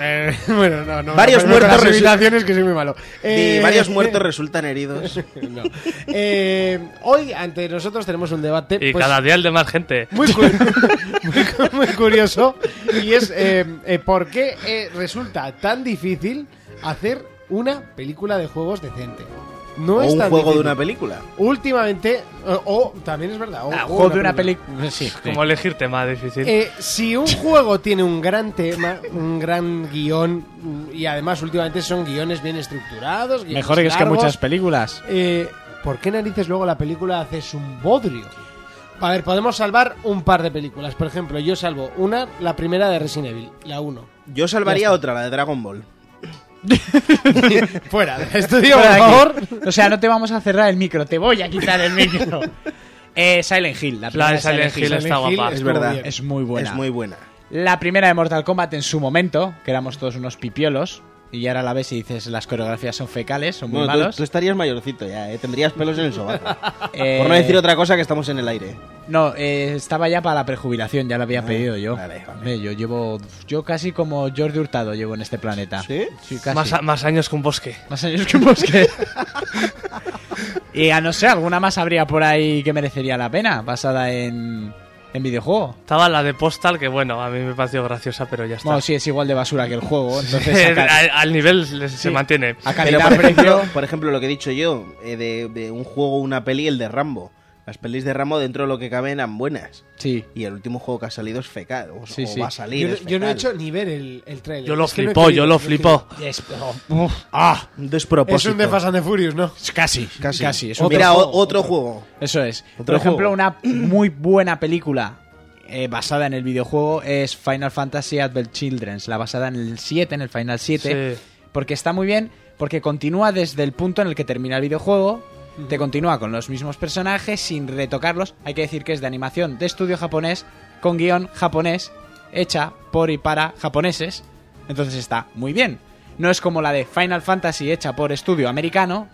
Speaker 2: Eh, bueno, no, no.
Speaker 7: Varios
Speaker 2: no, pero
Speaker 7: muertos
Speaker 2: Las
Speaker 7: resu-
Speaker 2: revelaciones que soy muy malo.
Speaker 7: Y
Speaker 2: Eh,
Speaker 7: varios muertos resultan heridos.
Speaker 2: no. Eh, hoy ante nosotros tenemos un debate.
Speaker 6: Y
Speaker 2: pues,
Speaker 6: cada día el de más gente.
Speaker 2: muy, cu- muy cu- muy curioso y es eh, eh, por qué eh, resulta tan difícil hacer una película de juegos decente. No
Speaker 7: O
Speaker 2: es
Speaker 7: un
Speaker 2: tan
Speaker 7: juego de
Speaker 2: difícil.
Speaker 7: una película.
Speaker 2: Últimamente, eh, o también es verdad, o
Speaker 5: Ah,
Speaker 2: o
Speaker 5: juego de una película. Sí,
Speaker 6: Como elegir tema difícil.
Speaker 2: Eh, si un juego tiene un gran tema, un gran guión, y además últimamente son guiones bien estructurados, guiones
Speaker 5: Mejor que es que
Speaker 2: largos,
Speaker 5: muchas películas.
Speaker 2: eh, ¿Por qué narices luego la película haces un bodrio? A ver, podemos salvar un par de películas. Por ejemplo, yo salvo una, la primera de Resident Evil, la 1.
Speaker 7: Yo salvaría otra, la de Dragon Ball.
Speaker 2: Fuera del estudio, por
Speaker 5: Fuera de aquí.
Speaker 2: favor.
Speaker 5: O sea, no te vamos a cerrar el micro, te voy a quitar el micro. Eh, Silent Hill, la primera
Speaker 6: La de
Speaker 5: de
Speaker 6: Silent Hill está
Speaker 2: Silent Hill
Speaker 6: guapa.
Speaker 7: es
Speaker 2: estuvo
Speaker 7: verdad.
Speaker 2: bien.
Speaker 5: Es muy buena.
Speaker 7: Es muy buena.
Speaker 5: La primera de Mortal Kombat en su momento, que éramos todos unos pipiolos. Y ahora la ves y dices, las coreografías son fecales, son muy
Speaker 7: Bueno, tú- tú,
Speaker 5: malos.
Speaker 7: estarías mayorcito ya, ¿eh? tendrías pelos en el sobaco.
Speaker 5: Eh,
Speaker 7: Por no decir otra cosa que estamos en el aire. Ah,
Speaker 5: No, eh, estaba ya para la prejubilación, ya la había pedido yo.
Speaker 7: vale, vale.
Speaker 5: Hombre, Yo llevo. Yo casi como Jordi Hurtado llevo en este planeta.
Speaker 7: ¿Sí?
Speaker 5: casi.
Speaker 6: Más, a- más años que un bosque.
Speaker 5: Más años que un bosque. y a no ser, alguna más habría por ahí que merecería la pena, basada en, en videojuego.
Speaker 6: Estaba la de Postal, que bueno, a mí me pareció graciosa, pero ya está.
Speaker 5: Bueno, sí, es igual de basura que el juego. Entonces, a, ca-
Speaker 6: al, al nivel les- se mantiene.
Speaker 5: a
Speaker 7: Pero,
Speaker 5: calidad
Speaker 7: por ejemplo,
Speaker 5: precio.
Speaker 7: por ejemplo, lo que he dicho yo, eh, de, de un juego, una peli, el de Rambo. Las pelis de Rambo, dentro de lo que caben, eran buenas.
Speaker 5: Sí.
Speaker 7: Y el último juego que ha salido es fecal. O,
Speaker 5: Sí,
Speaker 7: o
Speaker 5: sí.
Speaker 7: va a salir. este
Speaker 2: yo,
Speaker 7: es
Speaker 2: yo no he
Speaker 7: fecal.
Speaker 2: hecho ni ver el, el trailer.
Speaker 6: Yo lo flipo, yo lo flipo.
Speaker 5: oh, Ah,
Speaker 7: Un
Speaker 2: Es
Speaker 7: despropósito.
Speaker 2: un de Fast and the Furious, ¿no?
Speaker 5: casi, casi.
Speaker 7: Casi.
Speaker 5: es un
Speaker 7: Mira,
Speaker 5: videojuego.
Speaker 7: o- otro juego.
Speaker 5: Eso es. Por
Speaker 7: Otro
Speaker 5: ejemplo,
Speaker 7: juego.
Speaker 5: una muy buena película eh, basada en el videojuego es Final Fantasy Advent Children's, la basada en el 7, en el Final 7,
Speaker 6: Sí.
Speaker 5: porque está muy bien, porque continúa desde el punto en el que termina el videojuego, te continúa con los mismos personajes sin retocarlos, hay que decir que es de animación de estudio japonés, con guión japonés, hecha por y para japoneses, entonces está muy bien. No es como la de Final Fantasy hecha por estudio americano,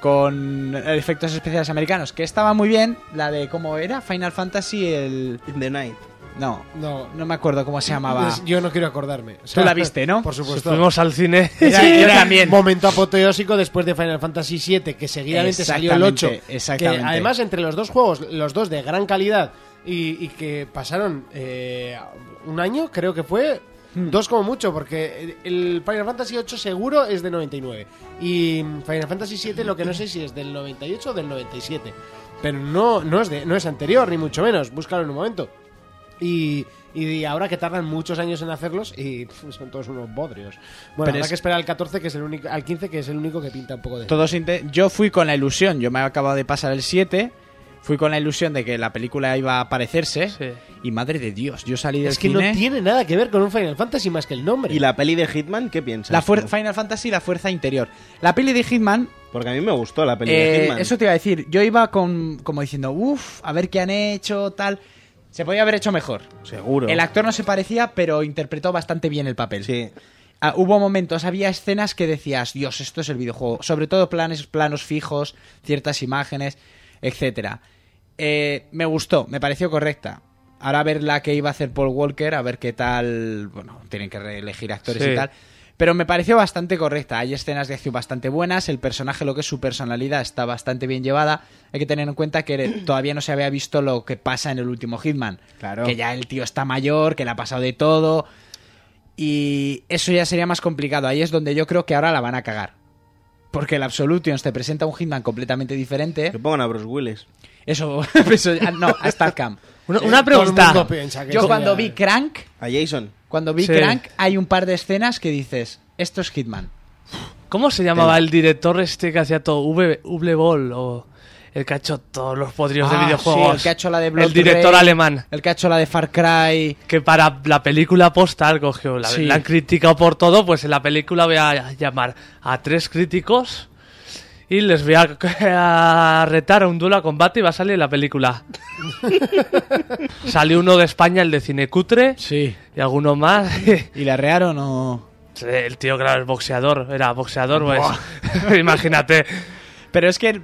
Speaker 5: con efectos especiales americanos, que estaba muy bien, la de cómo era Final Fantasy el
Speaker 7: In the Night.
Speaker 5: no,
Speaker 2: No.
Speaker 5: no me acuerdo cómo se llamaba.
Speaker 2: Es- Yo no quiero acordarme. O sea,
Speaker 5: Tú la viste, ¿no?
Speaker 2: Por supuesto.
Speaker 6: Fuimos al cine.
Speaker 5: Era- yo también.
Speaker 2: Momento apoteósico después de Final Fantasy VII, que seguidamente salió el 8.
Speaker 5: Exactamente, exactamente.
Speaker 2: Que además, entre los dos juegos, los dos de gran calidad y, y que pasaron eh, un año, creo que fue.
Speaker 5: Hmm.
Speaker 2: Dos como mucho, porque el Final Fantasy VIII seguro es de 99. Y Final Fantasy VII lo que no sé si es del 98 o del 97. Pero no, no, es, de, no es anterior, ni mucho menos. Búscalo en un momento. Y, y ahora que tardan muchos años en hacerlos y pf, son todos unos bodrios. Bueno, habrá
Speaker 5: es-
Speaker 2: que esperar al 14, que es el único, al 15, que es el único que pinta un poco de.
Speaker 5: Todos inte- yo fui con la ilusión, yo me acabado de pasar el 7, fui con la ilusión de que la película iba a parecerse
Speaker 6: Sí.
Speaker 5: y madre de Dios, yo salí del
Speaker 2: es que
Speaker 5: cine.
Speaker 2: no tiene nada que ver con un Final Fantasy más que el nombre.
Speaker 7: ¿Y la peli de Hitman? ¿Qué piensas?
Speaker 5: la fuer-
Speaker 7: tú?
Speaker 5: Final Fantasy la fuerza interior. La peli de Hitman
Speaker 7: Porque a mí me gustó la peli
Speaker 5: Eh,
Speaker 7: de Hitman.
Speaker 5: eso te iba a decir. Yo iba con, como diciendo, uff, a ver qué han hecho, tal. Se podía haber hecho mejor.
Speaker 7: Seguro.
Speaker 5: El actor no se parecía, pero interpretó bastante bien el papel.
Speaker 7: Sí.
Speaker 5: Ah, hubo momentos, había escenas que decías, Dios, esto es el videojuego. Sobre todo planes, planos fijos, ciertas imágenes, etcétera. Eh, me gustó, me pareció correcta. Ahora a ver la que iba a hacer Paul Walker, a ver qué tal. Bueno, tienen que reelegir actores
Speaker 6: Sí.
Speaker 5: y tal. Pero me pareció bastante correcta. Hay escenas de acción bastante buenas. El personaje, lo que es su personalidad, está bastante bien llevada. Hay que tener en cuenta que todavía no se había visto lo que pasa en el último Hitman.
Speaker 7: Claro.
Speaker 5: Que ya el tío está mayor, que le ha pasado de todo. Y eso ya sería más complicado. Ahí es donde yo creo que ahora la van a cagar. Porque el Absolutions te presenta un Hitman completamente diferente.
Speaker 7: Que pongan a Bruce Willis.
Speaker 5: Eso, eso ya- no, a Starcam.
Speaker 6: Una,
Speaker 2: Eh,
Speaker 6: una
Speaker 2: todo el
Speaker 6: pregunta.
Speaker 2: mundo piensa que
Speaker 5: Yo
Speaker 2: eso
Speaker 5: cuando
Speaker 2: ya-
Speaker 5: vi Crank,
Speaker 7: A Jason.
Speaker 5: cuando vi
Speaker 6: Sí.
Speaker 5: Crank, hay un par de escenas que dices, esto es Hitman.
Speaker 6: ¿Cómo se llamaba el director este que hacía todo? V, v Ball o el que ha hecho todos los podridos
Speaker 5: Ah,
Speaker 6: de videojuegos.
Speaker 5: sí, el que ha hecho la de Blood
Speaker 6: El director
Speaker 5: Rain,
Speaker 6: alemán.
Speaker 5: El que ha hecho la de Far Cry.
Speaker 6: Que para la película postal cogió. La,
Speaker 5: Sí.
Speaker 6: la han criticado por todo, pues en la película voy a llamar a tres críticos y les voy a, a retar a un duelo a combate y va a salir la película. Salió uno de España, el de Cinecutre,
Speaker 5: Sí.
Speaker 6: y alguno más.
Speaker 5: ¿Y la rearon o...?
Speaker 6: El tío, claro, es boxeador. Era boxeador, pues. Imagínate.
Speaker 5: Pero es que,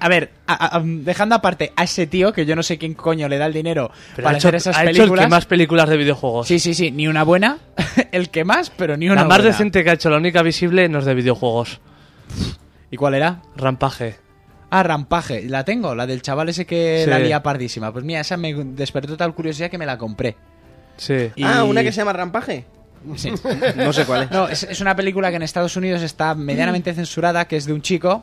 Speaker 5: a ver, a- a- dejando aparte a ese tío, que yo no sé quién coño le da el dinero
Speaker 6: Pero
Speaker 5: para
Speaker 6: ha hecho,
Speaker 5: hacer esas
Speaker 6: ha hecho el
Speaker 5: películas.
Speaker 6: que más películas de videojuegos.
Speaker 5: Sí, sí, sí, ni una buena, el que más, pero ni una
Speaker 6: la más
Speaker 5: buena.
Speaker 6: decente que ha hecho, la única visible, no es de videojuegos.
Speaker 5: ¿Y cuál era?
Speaker 6: Rampaje.
Speaker 5: Ah, Rampaje, la tengo, la del chaval ese que
Speaker 6: Sí.
Speaker 5: la lía pardísima. Pues mira, esa me despertó tal curiosidad que me la compré.
Speaker 6: Sí.
Speaker 5: Y-
Speaker 7: Ah, una que se llama Rampaje.
Speaker 5: Sí.
Speaker 7: No sé cuál es.
Speaker 5: No, es, es una película que en Estados Unidos está medianamente censurada, que es de un chico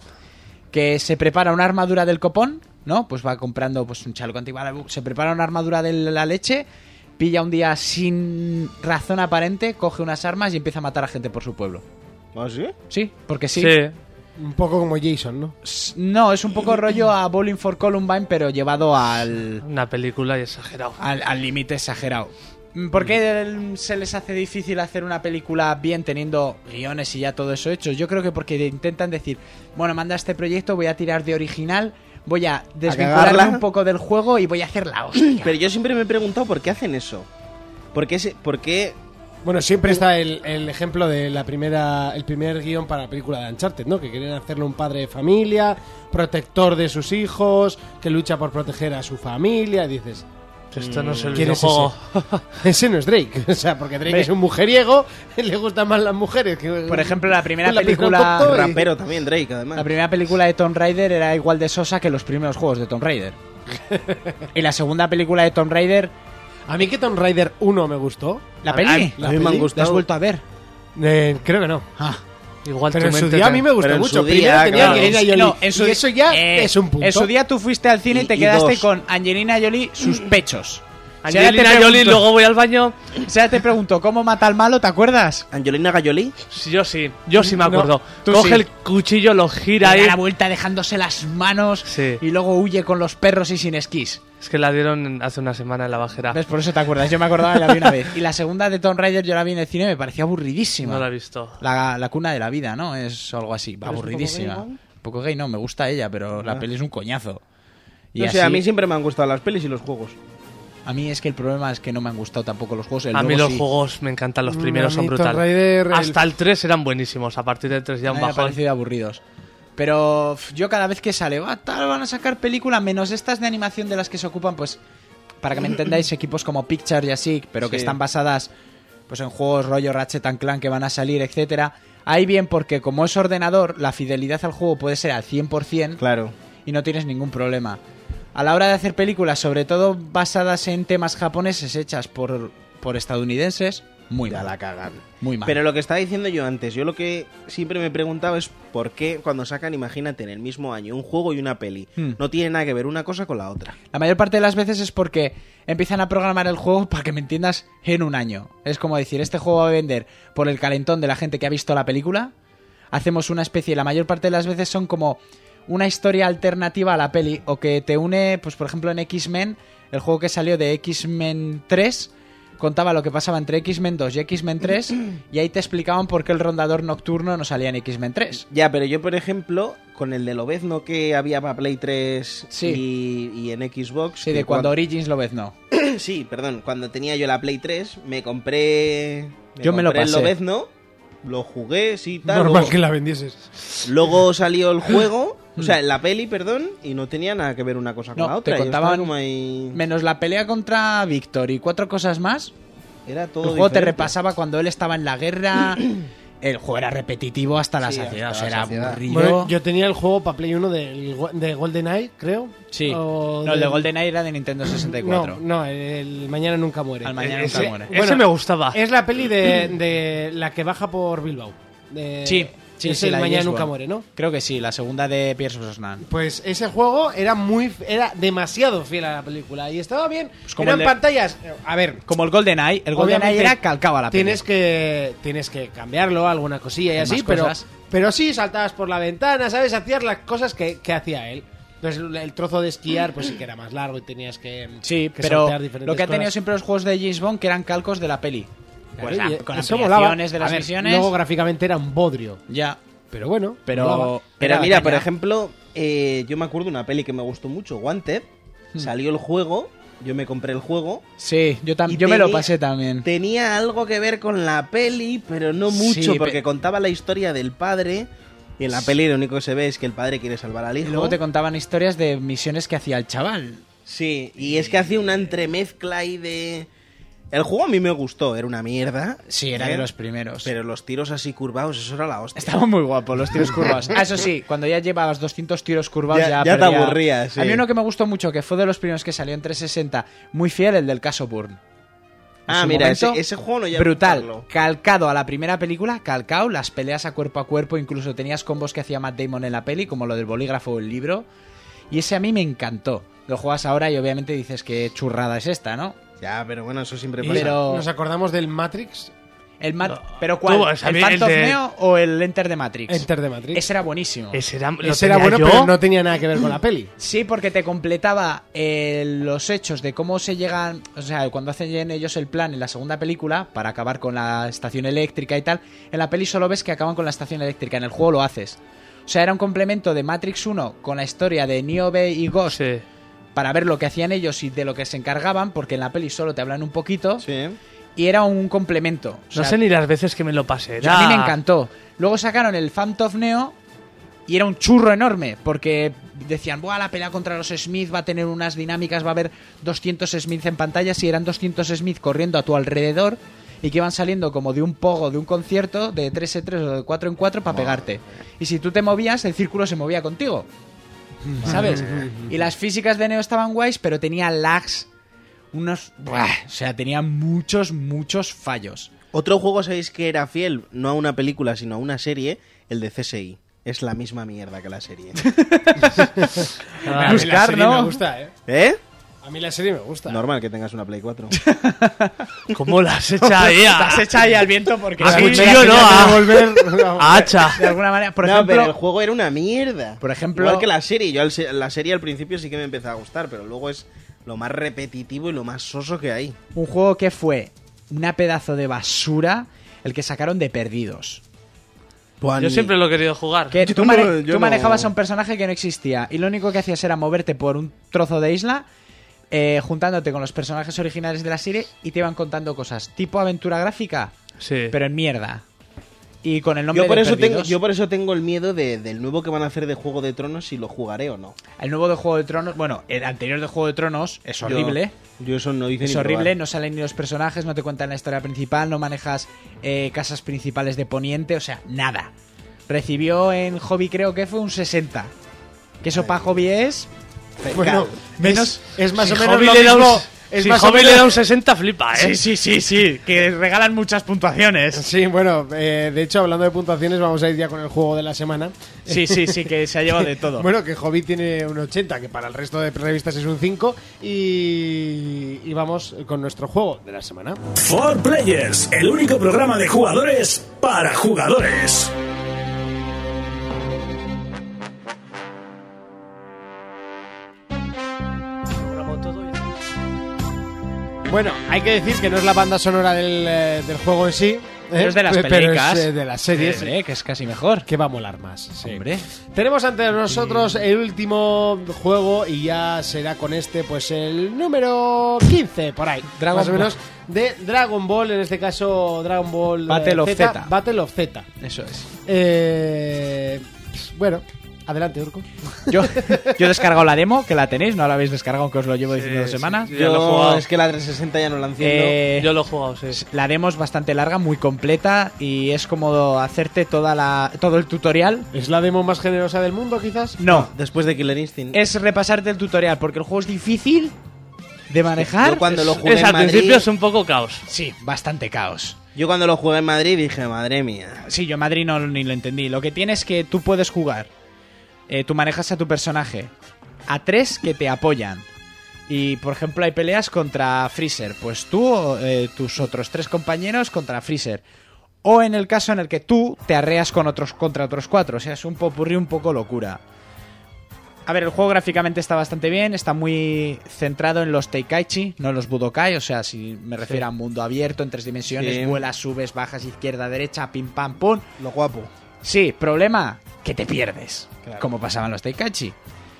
Speaker 5: que se prepara una armadura del copón, ¿no? Pues va comprando pues un chaleco antiguo, se prepara una armadura de la leche, pilla un día sin razón aparente, coge unas armas y empieza a matar a gente por su pueblo.
Speaker 7: ¿Ah, sí?
Speaker 5: Sí, porque sí.
Speaker 6: Sí.
Speaker 2: Un poco como Jason, ¿no?
Speaker 5: S- No, es un poco rollo a Bowling for Columbine, pero llevado al
Speaker 6: Una película y exagerado.
Speaker 5: al al límite exagerado. Mm, ¿Por qué el- se les hace difícil hacer una película bien teniendo guiones y ya todo eso hecho? Yo creo que porque intentan decir, bueno, manda este proyecto, voy a tirar de original, voy a desvincularme
Speaker 7: cagarla.
Speaker 5: un poco del juego y voy a hacer la hostia.
Speaker 7: Pero yo siempre me he preguntado por qué hacen eso. ¿Por qué, se- por qué
Speaker 2: Bueno, siempre está el, el ejemplo de la primera, el primer guión para la película de Uncharted, ¿no? Que quieren hacerle un padre de familia, protector de sus hijos, que lucha por proteger a su familia. Y dices,
Speaker 6: Esto no es el
Speaker 2: ¿quién es
Speaker 6: videojuego.
Speaker 2: ese no es Drake. O sea, porque Drake es un mujeriego, le gustan más las mujeres. que-
Speaker 5: Por ejemplo, la primera
Speaker 2: La película
Speaker 5: película,
Speaker 2: Top Toy.
Speaker 7: Rampero también, Drake, además.
Speaker 5: la primera película de Tomb Raider era igual de sosa que los primeros juegos de Tomb Raider. y la segunda película de Tomb Raider.
Speaker 2: A mí que Tomb Raider 1 me gustó.
Speaker 5: ¿La peli?
Speaker 2: la peli.
Speaker 5: ¿La has vuelto a ver?
Speaker 2: Eh, creo que no.
Speaker 7: Ah.
Speaker 6: Igual
Speaker 2: Pero
Speaker 6: tu
Speaker 2: en su
Speaker 6: mente
Speaker 2: día
Speaker 6: te-
Speaker 2: a mí me
Speaker 7: Pero
Speaker 2: gustó
Speaker 7: en
Speaker 2: mucho.
Speaker 7: su día,
Speaker 2: Primero tenía
Speaker 7: claro.
Speaker 2: Angelina Jolie.
Speaker 5: No, en su-
Speaker 2: y eso ya
Speaker 5: eh,
Speaker 2: es un punto.
Speaker 5: En su día tú fuiste al cine y,
Speaker 7: Y-
Speaker 5: te
Speaker 7: y
Speaker 5: quedaste
Speaker 7: dos.
Speaker 5: con Angelina Jolie sus
Speaker 7: Mm.
Speaker 5: pechos. Si ahora te
Speaker 6: Angelina Jolie,
Speaker 5: pregunto-
Speaker 6: luego voy al baño.
Speaker 5: si ahora te pregunto, ¿cómo mata al malo? ¿Te acuerdas?
Speaker 7: Angelina Gayoli.
Speaker 6: Sí, Yo sí, yo sí me
Speaker 5: No,
Speaker 6: acuerdo.
Speaker 5: tú
Speaker 6: Coge
Speaker 5: sí.
Speaker 6: el cuchillo, lo gira
Speaker 5: Le
Speaker 6: ahí.
Speaker 5: da la vuelta dejándose las manos
Speaker 6: Sí.
Speaker 5: y luego huye con los perros y sin esquís.
Speaker 6: Es que la dieron hace una semana en la bajera.
Speaker 5: ¿Ves? Por eso te acuerdas. Yo me acordaba de la vi una vez. Y la segunda de Tomb Raider yo la vi en el cine me parecía aburridísima.
Speaker 6: No la he visto.
Speaker 5: La, la cuna de la vida, ¿no? Es algo así.
Speaker 7: es un poco
Speaker 5: aburridísima.
Speaker 7: gay, ¿no? Ah.
Speaker 5: Un poco gay, no. Me gusta ella, pero la peli es un coñazo. Y
Speaker 7: No
Speaker 5: así-
Speaker 7: sé, a mí siempre me han gustado las pelis y los juegos.
Speaker 5: es que el problema es que no me han gustado tampoco los juegos. El
Speaker 6: A mí
Speaker 5: nuevo
Speaker 6: los
Speaker 5: sí.
Speaker 6: juegos me encantan, los
Speaker 2: Mm,
Speaker 6: primeros
Speaker 2: a
Speaker 6: son
Speaker 2: mí Tomb
Speaker 6: brutales.
Speaker 2: Raider, el-
Speaker 6: Hasta el 3 eran buenísimos, a partir del 3 ya
Speaker 5: A mí
Speaker 6: un
Speaker 5: me han
Speaker 6: bajón.
Speaker 5: parecido aburridos. Pero f, yo cada vez que sale, va, tal, van a sacar película, menos estas de animación de las que se ocupan, pues, para que me entendáis, equipos como Picture y así, pero que
Speaker 7: Sí.
Speaker 5: están basadas pues en juegos rollo Ratchet and Clank que van a salir, etcétera. Ahí bien, porque como es ordenador, la fidelidad al juego puede ser al 100%
Speaker 7: Claro.
Speaker 5: y no tienes ningún problema. A la hora de hacer películas, sobre todo basadas en temas japoneses hechas por, por estadounidenses, muy
Speaker 7: Ya
Speaker 5: mal.
Speaker 7: la cagan.
Speaker 5: Muy mal.
Speaker 7: Pero lo que estaba diciendo yo antes, yo lo que siempre me preguntaba es por qué cuando sacan, imagínate, en el mismo año un juego y una peli,
Speaker 5: Hmm.
Speaker 7: no tiene nada que ver una cosa con la otra.
Speaker 5: La mayor parte de las veces es porque empiezan a programar el juego para que me entiendas en un año. Es como decir, este juego va a vender por el calentón de la gente que ha visto la película. Hacemos una especie, la mayor parte de las veces son como una historia alternativa a la peli o que te une, pues por ejemplo en X-Men, el juego que salió de X-Men 3 contaba lo que pasaba entre X-Men 2 y X-Men 3 y ahí te explicaban por qué el rondador nocturno no salía en X-Men 3.
Speaker 7: Ya, pero yo, por ejemplo, con el de Lobezno que había para Play 3
Speaker 5: Sí.
Speaker 7: y, y en Xbox.
Speaker 5: Sí,
Speaker 7: que
Speaker 5: de cuando Origins lo ves, no.
Speaker 7: cuan- sí, perdón, cuando tenía yo la Play 3, me compré.
Speaker 5: Yo me lo
Speaker 7: compré
Speaker 5: pasé.
Speaker 7: El Lobezno, lo jugué, sí, tal.
Speaker 2: Normal
Speaker 7: Luego,
Speaker 2: que la vendieses.
Speaker 7: luego salió el juego, o sea, la peli, perdón, y no tenía nada que ver una cosa con
Speaker 5: No,
Speaker 7: la
Speaker 5: te
Speaker 7: otra. yo estaba
Speaker 5: contaban-
Speaker 7: como ahí-
Speaker 5: Menos la pelea contra Victor y cuatro cosas más,
Speaker 7: Era todo.
Speaker 5: el juego te
Speaker 7: diferente.
Speaker 5: repasaba cuando él estaba en la guerra. El juego era repetitivo hasta la
Speaker 7: Sí,
Speaker 5: saciedad.
Speaker 7: hasta
Speaker 5: o
Speaker 7: la
Speaker 5: sea,
Speaker 7: saciedad.
Speaker 5: era aburrido.
Speaker 2: Bueno, yo tenía el juego para Play 1 del Go- de, GoldenEye, creo.
Speaker 5: sí.
Speaker 2: O
Speaker 5: No, el de GoldenEye era de Nintendo 64.
Speaker 2: No, no, el Mañana Nunca Muere.
Speaker 5: Al mañana nunca
Speaker 6: Ese,
Speaker 5: muere.
Speaker 6: ese me gustaba.
Speaker 2: Es la peli de, de la que baja por Bilbao. De-
Speaker 5: Sí, sí,
Speaker 2: es
Speaker 5: sí,
Speaker 2: el
Speaker 5: la de
Speaker 2: Mañana
Speaker 5: James
Speaker 2: Nunca
Speaker 5: Bond.
Speaker 2: Muere, ¿no?
Speaker 5: Creo que sí, la segunda de Pierce Brosnan.
Speaker 2: Pues ese juego era muy era demasiado fiel a la película y estaba bien.
Speaker 5: Pues como
Speaker 2: Eran
Speaker 5: el de-
Speaker 2: pantallas, a ver,
Speaker 5: Como el GoldenEye, el GoldenEye
Speaker 2: obviamente
Speaker 5: era calcaba la peli.
Speaker 2: Tienes que tienes que cambiarlo alguna cosilla y
Speaker 5: Más
Speaker 2: así, pero
Speaker 5: cosas.
Speaker 2: pero sí saltabas por la ventana, sabes, hacías las cosas que, que hacía él. Entonces el- el trozo de esquiar pues sí que era más largo y tenías que
Speaker 5: Sí,
Speaker 2: que
Speaker 5: pero
Speaker 2: saltear diferentes
Speaker 5: lo que ha tenido
Speaker 2: cosas.
Speaker 5: siempre los juegos de James Bond que eran calcos de la peli. Pues
Speaker 2: Claro,
Speaker 5: la-
Speaker 2: y
Speaker 5: con
Speaker 2: eso
Speaker 5: ampliaciones
Speaker 2: molaba.
Speaker 5: de
Speaker 2: A
Speaker 5: las
Speaker 2: ver,
Speaker 5: misiones.
Speaker 2: Luego gráficamente era un bodrio,
Speaker 5: Ya,
Speaker 2: pero bueno, molaba.
Speaker 5: pero.
Speaker 7: Pero
Speaker 5: era
Speaker 7: mira,
Speaker 5: caña.
Speaker 7: por ejemplo, eh, yo me acuerdo una peli que me gustó mucho, Wanted. Salió el juego, yo me compré el juego.
Speaker 5: Sí, yo, tam-
Speaker 7: y
Speaker 5: yo me lo
Speaker 7: tenía-
Speaker 5: pasé también.
Speaker 7: Tenía algo que ver con la peli, pero no
Speaker 5: Sí,
Speaker 7: mucho,
Speaker 5: pe-
Speaker 7: porque contaba la historia del padre. Y en la peli lo único que se ve es que el padre quiere salvar al
Speaker 5: Y
Speaker 7: hijo.
Speaker 5: luego te contaban historias de misiones que hacía el chaval.
Speaker 7: Sí, y es que hacía una entremezcla ahí de. El juego a mí me gustó, era una mierda.
Speaker 5: Sí, era
Speaker 7: ¿eh?
Speaker 5: de los primeros.
Speaker 7: Pero los tiros así curvados, eso era la hostia.
Speaker 5: Estaban muy guapos los tiros curvados. Ah, eso sí, cuando ya llevabas 200 tiros curvados
Speaker 7: Ya-
Speaker 5: ya,
Speaker 7: ya te
Speaker 5: perdía.
Speaker 7: aburrías, sí.
Speaker 5: A mí uno que me gustó mucho, que fue de los primeros que salió en 360, muy fiel, el del caso Burn.
Speaker 7: Ah,
Speaker 5: su
Speaker 7: mira, ese,
Speaker 5: momento,
Speaker 7: ese juego no llega a
Speaker 5: Brutal,
Speaker 7: jugarlo.
Speaker 5: calcado a la primera película, calcao, las peleas a cuerpo a cuerpo, incluso tenías combos que hacía Matt Damon en la peli, como lo del bolígrafo o el libro. Y ese a mí me encantó. Lo juegas ahora y obviamente dices que churrada es esta, ¿no?
Speaker 7: Ya, pero bueno, eso siempre pasa.
Speaker 5: Pero
Speaker 2: Nos acordamos del Matrix,
Speaker 5: el Mat-
Speaker 6: No.
Speaker 5: pero cuál,
Speaker 6: Tú, o sea, a
Speaker 5: el
Speaker 6: mí el
Speaker 5: Phantom
Speaker 6: de-
Speaker 5: Neo o el Enter de Matrix.
Speaker 2: Enter de Matrix.
Speaker 5: Ese era buenísimo.
Speaker 6: Ese era, lo
Speaker 2: Ese era
Speaker 6: tenía
Speaker 2: bueno,
Speaker 6: yo.
Speaker 2: pero no tenía nada que ver con la peli.
Speaker 5: Sí, porque te completaba eh, los hechos de cómo se llegan, o sea, cuando hacen ellos el plan en la segunda película para acabar con la estación eléctrica y tal, en la peli solo ves que acaban con la estación eléctrica, en el juego lo haces. O sea, era un complemento de Matrix 1 con la historia de Neo B y Ghost
Speaker 6: Sí.
Speaker 5: para ver lo que hacían ellos y de lo que se encargaban, porque en la peli solo te hablan un poquito
Speaker 7: Sí.
Speaker 5: y era un complemento. O
Speaker 6: No
Speaker 5: sea,
Speaker 6: sé ni las veces que me lo pasé.
Speaker 5: yo- a mí me encantó. Luego sacaron el Phantom of Neo y era un churro enorme porque decían, Buah, la pelea contra los Smith va a tener unas dinámicas, va a haber 200 Smith en pantalla. Si eran 200 Smith corriendo a tu alrededor y que iban saliendo como de un pogo, de un concierto, de 3 en 3 o de 4 en 4 para pegarte. Y si tú te movías, el círculo se movía contigo. ¿sabes? Y las físicas de Neo estaban guays, pero tenía lags, unos... buah, o sea, tenía muchos, muchos fallos.
Speaker 7: Otro juego, sabéis que era fiel, no a una película, sino a una serie, el de CSI. Es la misma mierda que la serie.
Speaker 6: Ah,
Speaker 2: A mí la
Speaker 5: Buscar,
Speaker 2: serie
Speaker 5: ¿no?
Speaker 2: me gusta, ¿eh?
Speaker 7: ¿Eh?
Speaker 2: A mí la serie me gusta.
Speaker 7: Normal que tengas una Play 4.
Speaker 6: ¿Cómo las echa ahí? a-
Speaker 5: Las echa ahí al viento porque...
Speaker 6: A
Speaker 5: Sí,
Speaker 6: cuchillo no,
Speaker 2: Tenía que
Speaker 6: a,
Speaker 2: devolver- no,
Speaker 6: a hacha.
Speaker 5: De alguna manera, por
Speaker 7: no,
Speaker 5: ejemplo...
Speaker 7: pero el juego era una mierda.
Speaker 5: Por ejemplo-
Speaker 7: Igual que la serie. Yo al se- la serie al principio sí que me empezó a gustar, pero luego es lo más repetitivo y lo más soso que hay.
Speaker 5: un juego que fue una pedazo de basura el que sacaron de perdidos.
Speaker 6: Yo siempre lo he querido jugar.
Speaker 5: Que
Speaker 7: Yo
Speaker 5: tú,
Speaker 7: no-
Speaker 5: mane-
Speaker 7: yo
Speaker 5: tú
Speaker 7: no-
Speaker 5: manejabas a un personaje que no existía y lo único que hacías era moverte por un trozo de isla eh, juntándote con los personajes originales de la serie y te iban contando cosas tipo aventura gráfica,
Speaker 6: Sí.
Speaker 5: pero en mierda. Y con el nombre
Speaker 7: Yo por,
Speaker 5: de
Speaker 7: eso tengo,
Speaker 5: Perdidos,
Speaker 7: yo por eso tengo el miedo de- del nuevo que van a hacer de Juego de Tronos, si lo jugaré o no.
Speaker 5: el nuevo de Juego de Tronos, bueno, el anterior de Juego de Tronos es
Speaker 7: Yo-
Speaker 5: horrible.
Speaker 7: Yo, eso no hice
Speaker 5: Es
Speaker 7: ni
Speaker 5: horrible,
Speaker 7: probar.
Speaker 5: no salen ni los personajes, no te cuentan la historia principal, no manejas eh, casas principales de Poniente, o sea, nada. Recibió en Hobby creo que fue un 60. Que eso para Hobby es...
Speaker 2: Bueno,
Speaker 5: Menos-
Speaker 2: es, es más
Speaker 6: si
Speaker 2: o menos
Speaker 6: Hobby
Speaker 2: lo
Speaker 6: le da
Speaker 2: mismo.
Speaker 6: un,
Speaker 2: es
Speaker 6: si
Speaker 2: más o
Speaker 6: Hobby le
Speaker 2: menos-
Speaker 6: da un 60, flipa, ¿eh?
Speaker 5: sí, sí, sí, que regalan muchas puntuaciones.
Speaker 2: Sí, bueno, eh, de hecho, hablando de puntuaciones, vamos a ir ya con el juego de la semana.
Speaker 5: Sí, sí, sí, que se ha llevado de todo.
Speaker 2: Bueno, que Hobbit tiene un 80, que para el resto de revistas es un 5. Y, y vamos con nuestro juego de la semana.
Speaker 1: For Players, el único programa de jugadores para jugadores.
Speaker 2: Bueno, hay que decir que no es la banda sonora del, eh, del juego en sí. ¿eh?
Speaker 5: Pero es de las
Speaker 2: Pe- pero
Speaker 5: pelicas.
Speaker 2: es, eh, de las series.
Speaker 5: Hombre, que es casi mejor.
Speaker 2: Que va a molar más. sí.
Speaker 5: Hombre.
Speaker 2: Tenemos ante nosotros el último juego y ya será con este, pues el número 15 por ahí.
Speaker 5: Dragon
Speaker 2: más o
Speaker 5: Ball.
Speaker 2: menos. De Dragon Ball, en este caso Dragon Ball eh,
Speaker 5: Battle of Zeta.
Speaker 2: Battle of Z.
Speaker 5: Eso es.
Speaker 2: Eh, bueno, adelante, Urco.
Speaker 5: Yo, yo he descargado la demo, que la tenéis, no la habéis descargado, que os lo llevo diciendo dos
Speaker 6: sí,
Speaker 5: semanas.
Speaker 6: sí.
Speaker 7: Yo,
Speaker 6: Ya lo he jugado.
Speaker 7: es que la 360 ya no la enciendo.
Speaker 5: Eh,
Speaker 6: Yo lo he jugado, sí.
Speaker 5: La demo es bastante larga, muy completa y es como hacerte toda la, todo el tutorial.
Speaker 2: ¿Es la demo más generosa del mundo, quizás?
Speaker 5: No,
Speaker 7: Después de Killer Instinct.
Speaker 5: es repasarte el tutorial porque el juego es difícil de manejar.
Speaker 7: Yo cuando lo jugué
Speaker 6: Es,
Speaker 7: en
Speaker 6: al
Speaker 7: Madrid,
Speaker 6: principio es un poco caos.
Speaker 5: Sí, bastante caos.
Speaker 7: yo cuando lo jugué en Madrid dije, madre mía.
Speaker 5: Sí, yo en Madrid no ni lo entendí. Lo que tienes es que tú puedes jugar. eh, tú manejas a tu personaje. A tres que te apoyan. Y por ejemplo hay peleas contra Freezer. Pues tú o eh, tus otros tres compañeros contra Freezer. O en el caso en el que tú te arreas con otros, contra otros cuatro. O sea, es un popurrí un poco locura. A ver, el juego gráficamente está bastante bien, está muy centrado en los Teikaichi, no en los Budokai, o sea, si me refiero a mundo abierto en tres dimensiones,
Speaker 7: Sí.
Speaker 5: vuelas, subes, bajas, izquierda, derecha, pim pam pum.
Speaker 7: Lo guapo.
Speaker 5: Sí, problema, que te pierdes,
Speaker 7: Claro.
Speaker 5: como pasaban los Teikaichi.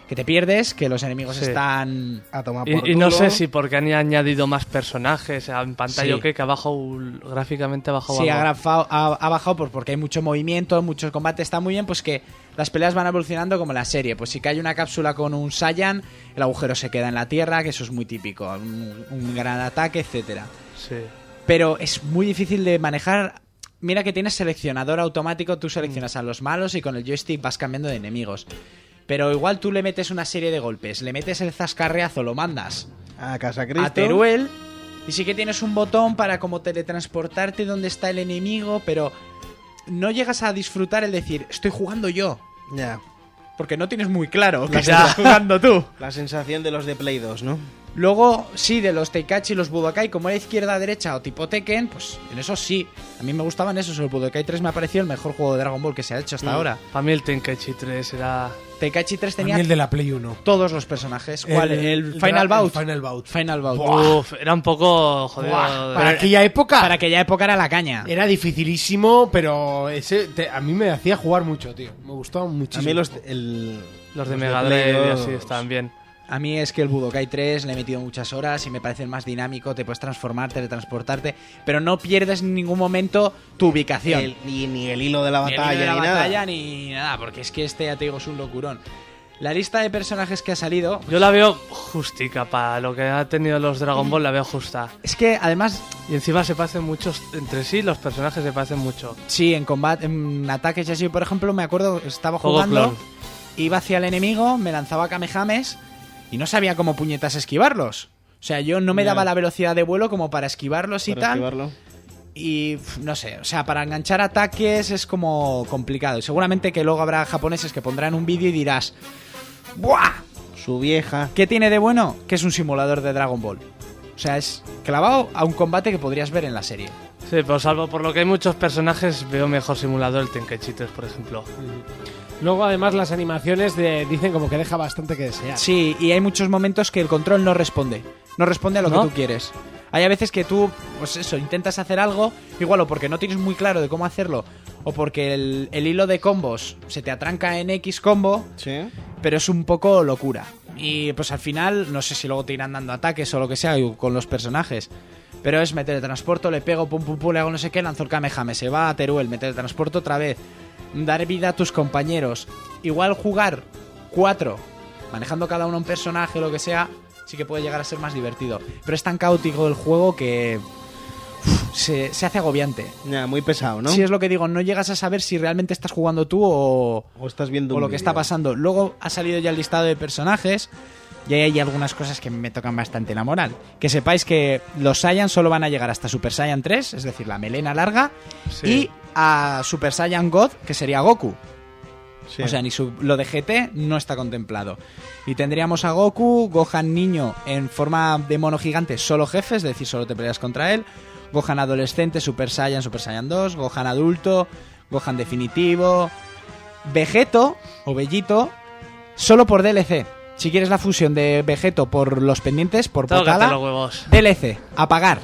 Speaker 5: Que te pierdes, que los enemigos
Speaker 6: Sí.
Speaker 5: están...
Speaker 7: A tomar por
Speaker 6: Y, y no
Speaker 7: culo.
Speaker 6: sé si porque han añadido más personajes en pantalla
Speaker 5: Sí.
Speaker 6: o qué, que ha bajado gráficamente ha bajado
Speaker 5: Sí, ha,
Speaker 6: algo.
Speaker 5: grafao- ha- ha bajado por- porque hay mucho movimiento, muchos combates, está muy bien, pues que las peleas van evolucionando como la serie. Pues si cae una cápsula con un Saiyan, el agujero se queda en la tierra, que eso es muy típico, un, un gran ataque, etcétera.
Speaker 6: Sí.
Speaker 5: pero es muy difícil de manejar. Mira que tienes seleccionador automático, tú seleccionas a los malos y con el joystick vas cambiando de enemigos. Pero igual tú le metes una serie de golpes, le metes el zascarreazo, lo mandas
Speaker 7: A Casa Cristo.
Speaker 5: a Teruel y sí que tienes un botón para como teletransportarte donde está el enemigo, pero no llegas a disfrutar el decir, estoy jugando yo,
Speaker 7: Ya.
Speaker 5: porque no tienes muy claro que
Speaker 7: Ya.
Speaker 5: estás jugando tú.
Speaker 7: La sensación de los de Play 2, ¿no?
Speaker 5: Luego, sí, de los Teikachi y los Budokai, como era izquierda, derecha o tipo Tekken, pues en eso sí. A mí me gustaban esos. El Budokai 3 me ha parecido el mejor juego de Dragon Ball que se ha hecho
Speaker 2: Mm.
Speaker 5: hasta ahora.
Speaker 6: Para mí el Tenkaichi 3 era...
Speaker 5: Teikachi 3 tenía
Speaker 2: de la Play 1.
Speaker 5: todos los personajes. ¿Cuál? El, Final
Speaker 2: Dra- el
Speaker 5: Bout.
Speaker 2: Final Bout.
Speaker 5: Final Bout.
Speaker 6: Uf, era un poco jodido.
Speaker 2: Buah, para
Speaker 6: Pero-
Speaker 2: aquella época
Speaker 5: Para aquella época era la caña.
Speaker 2: era dificilísimo, pero ese te- a mí me hacía jugar mucho, tío. Me gustaba
Speaker 7: A
Speaker 2: muchísimo.
Speaker 7: mí los, el-
Speaker 6: Los de
Speaker 7: los
Speaker 6: Mega
Speaker 7: Play
Speaker 6: Drive y
Speaker 7: 2,
Speaker 6: así estaban bien.
Speaker 5: A mí es que el Budokai 3 le he metido muchas horas y me parece el más dinámico. Te puedes transformar, teletransportarte, pero no pierdes en ningún momento tu ubicación.
Speaker 7: el- ni, ni el hilo de la
Speaker 5: ni el
Speaker 7: batalla,
Speaker 5: hilo de
Speaker 7: ni,
Speaker 5: la
Speaker 7: nada.
Speaker 5: batalla ni nada, porque es que este, ya te digo, es un locurón. La lista de personajes que ha salido,
Speaker 6: Yo la veo justica para lo que ha tenido los Dragon Ball, la veo justa.
Speaker 5: es que además,
Speaker 6: Y encima se parecen muchos entre sí, los personajes se parecen mucho.
Speaker 5: sí, en combate, en ataques y así, por ejemplo, me acuerdo, estaba
Speaker 6: Juego
Speaker 5: jugando
Speaker 6: clon.
Speaker 5: iba hacia el enemigo, me lanzaba Kamehames y no sabía cómo puñetas esquivarlos. O sea, yo no me
Speaker 7: Ya.
Speaker 5: daba la velocidad de vuelo como para esquivarlos y
Speaker 7: Para
Speaker 5: tal.
Speaker 7: esquivarlo.
Speaker 5: Y pf, no sé, o sea, para enganchar ataques es como complicado. Y seguramente que luego habrá japoneses que pondrán un vídeo y dirás, ¡buah!
Speaker 7: Su vieja.
Speaker 5: ¿Qué tiene de bueno? Que es un simulador de Dragon Ball. O sea, es clavado a un combate que podrías ver en la serie.
Speaker 6: Sí, pero salvo por lo que hay muchos personajes, veo mejor simulador el Tenkaichi 3, por ejemplo.
Speaker 2: Luego, además, las animaciones de- dicen como que deja bastante que desear.
Speaker 5: Sí, y hay muchos momentos que el control no responde. No responde a lo
Speaker 6: ¿No?
Speaker 5: que tú quieres. Hay a veces que tú, pues eso, intentas hacer algo, igual o porque no tienes muy claro de cómo hacerlo, o porque el, el hilo de combos se te atranca en X combo,
Speaker 7: Sí.
Speaker 5: pero es un poco locura. Y pues al final, no sé si luego te irán dando ataques o lo que sea y con los personajes. Pero es me teletransporto, le pego, pum pum pum, le hago no sé qué, lanzo el Kamehame, se va a Teruel, me teletransporto otra vez. Dar vida a tus compañeros. Igual jugar cuatro, manejando cada uno un personaje, lo que sea, sí que puede llegar a ser más divertido. Pero es tan caótico el juego que uf, se, se hace agobiante.
Speaker 7: Ya, muy pesado, ¿no?
Speaker 5: Si es lo que digo, no llegas a saber si realmente estás jugando tú o,
Speaker 7: O estás viendo
Speaker 5: o
Speaker 7: un
Speaker 5: lo que está
Speaker 7: vídeo.
Speaker 5: pasando. Luego ha salido ya el listado de personajes y ahí hay algunas cosas que me tocan bastante la moral. Que sepáis que los Saiyan solo van a llegar hasta Super Saiyan 3, es decir, la melena larga,
Speaker 6: Sí.
Speaker 5: y a Super Saiyan God, que sería Goku.
Speaker 7: Sí.
Speaker 5: O sea, ni su- lo de GT no está contemplado. Y tendríamos a Goku, Gohan niño en forma de mono gigante, solo jefe, es decir, solo te peleas contra él. Gohan adolescente, Super Saiyan, Super Saiyan 2. Gohan adulto, Gohan definitivo. Vegeto o Bellito, solo por DLC. Si quieres la fusión de Vegeto por los pendientes, por
Speaker 6: Tócate
Speaker 5: Potala,
Speaker 6: los huevos.
Speaker 5: DLC, a pagar.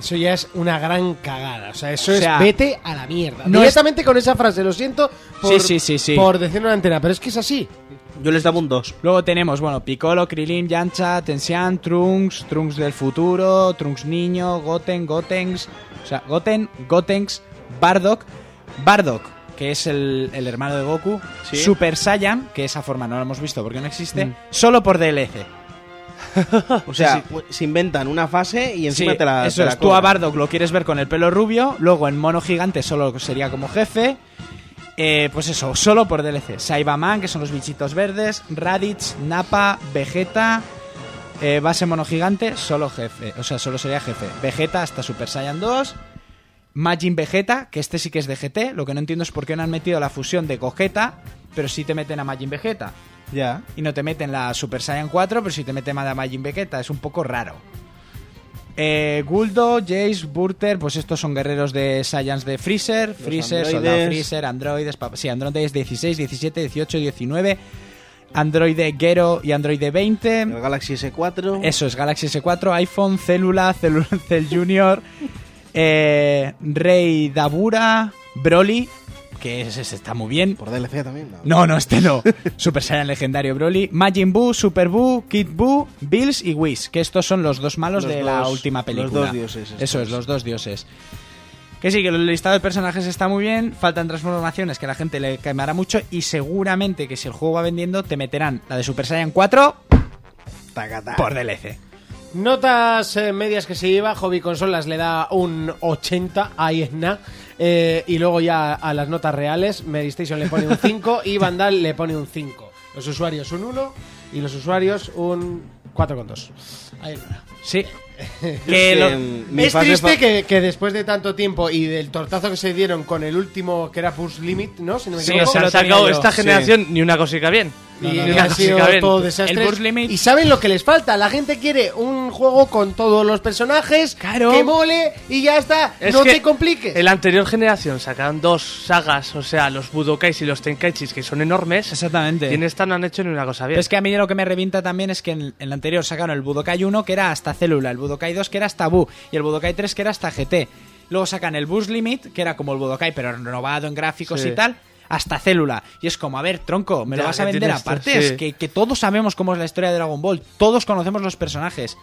Speaker 2: Eso ya es una gran cagada. O sea, eso
Speaker 5: O sea,
Speaker 2: es vete a la mierda.
Speaker 5: no
Speaker 2: Directamente con esa frase, lo siento por,
Speaker 5: Sí, sí, sí, sí.
Speaker 2: por decirlo en antena, pero es que es así.
Speaker 7: Yo les daba un 2.
Speaker 5: Luego tenemos, bueno, Piccolo, Krilin, Yamcha, Tensian, Trunks, Trunks del futuro, Trunks niño, Goten, Gotenks, o sea, Goten, Gotenks, Bardock, Bardock, que es el, el hermano de Goku,
Speaker 7: Sí.
Speaker 5: Super Saiyan, que esa forma no la hemos visto porque no existe, solo por DLC.
Speaker 7: O sea, se inventan una fase y encima
Speaker 5: Sí,
Speaker 7: te la.
Speaker 5: eso
Speaker 7: te la
Speaker 5: es, tú a
Speaker 7: cobran.
Speaker 5: Bardock lo quieres ver con el pelo rubio, luego en mono gigante solo sería como jefe. eh, pues eso, solo por DLC. Saibaman, que son los bichitos verdes, Raditz, Napa, Vegeta, eh, base mono gigante, solo jefe. O sea, solo sería jefe. Vegeta hasta Super Saiyan 2. Majin Vegeta, que este sí que es de GT. Lo que no entiendo es por qué no han metido la fusión de Gogeta, pero sí te meten a Majin Vegeta.
Speaker 7: Ya.
Speaker 5: Y no te meten la Super Saiyan 4, pero si te meten a Majin Vegeta, es un poco raro. Eh, Guldo, Jace, Burter, pues estos son guerreros de Saiyans de Freezer, Freezer, Soldado
Speaker 7: androides.
Speaker 5: Freezer, Androides, pa- sí, Androides 16, 17, 18, 19, Androide Gero y Androide 20.
Speaker 7: El Galaxy S4.
Speaker 5: Eso es, Galaxy S4, iPhone, Célula, Celu- Cell Junior, eh, Rey Dabura, Broly, que ese está muy bien.
Speaker 7: Por DLC también. No.
Speaker 5: No, no, este no. Super Saiyan legendario Broly, Majin Buu, Super Buu, Kid Buu, Bills y Whis, que estos son los dos malos
Speaker 7: Los
Speaker 5: de la
Speaker 7: dos-
Speaker 5: última
Speaker 7: los
Speaker 5: película.
Speaker 7: dos dioses estos.
Speaker 5: Eso es, los dos dioses. Que sí, que el listado de personajes está muy bien, faltan transformaciones que a la gente le quemará mucho y seguramente que si el juego va vendiendo te meterán la de Super Saiyan 4
Speaker 7: Tacatá.
Speaker 5: por DLC.
Speaker 2: Notas eh, medias que se lleva, Hobby Consolas le da un 80, ahí es na. Eh, y luego ya a las notas reales, Medistation le pone un 5 y Vandal le pone un 5. Los usuarios un 1 y los usuarios un 4,2. Ahí es nada.
Speaker 5: Sí.
Speaker 7: que,
Speaker 5: que lo-
Speaker 7: mm, mi
Speaker 2: es
Speaker 7: fase
Speaker 2: triste
Speaker 7: fa-
Speaker 2: que, que después de tanto tiempo y del tortazo que se dieron con el último que era Push Limit, ¿no? Si no me
Speaker 5: Sí,
Speaker 6: o
Speaker 2: equivoco.
Speaker 6: sea,
Speaker 5: lo
Speaker 6: han
Speaker 5: tenía
Speaker 6: sacado
Speaker 5: yo.
Speaker 6: esta
Speaker 5: Sí.
Speaker 6: generación ni una cosica bien.
Speaker 2: Y
Speaker 6: Ni
Speaker 2: ha
Speaker 6: una
Speaker 2: sido
Speaker 6: cosica bien.
Speaker 2: todo desastre.
Speaker 5: El Burst Limit-
Speaker 2: Y saben lo que les falta. La gente quiere un juego con todos los personajes,
Speaker 5: Claro.
Speaker 2: que mole y ya está.
Speaker 6: Es
Speaker 2: no
Speaker 6: que
Speaker 2: te compliques.
Speaker 6: En la anterior generación sacaron dos sagas, o sea, los Budokais y los Tenkaichis, que son enormes.
Speaker 5: Exactamente.
Speaker 6: Y en esta no han hecho ni una cosa bien.
Speaker 5: Pero es que a mí lo que me revienta también es que en en el anterior sacaron el Budokai 1 que era hasta célula, el Budokai 2 que era hasta Bu y el Budokai 3 que era hasta GT. Luego sacan el Bus Limit, que era como el Budokai, pero renovado en gráficos
Speaker 6: Sí.
Speaker 5: y tal, hasta célula. Y es como, a ver, tronco, me lo
Speaker 6: Ya,
Speaker 5: vas a
Speaker 6: que
Speaker 5: vender
Speaker 6: tienes esto,
Speaker 5: aparte. Es
Speaker 6: sí.
Speaker 5: que, que todos sabemos cómo es la historia de Dragon Ball, todos conocemos los personajes.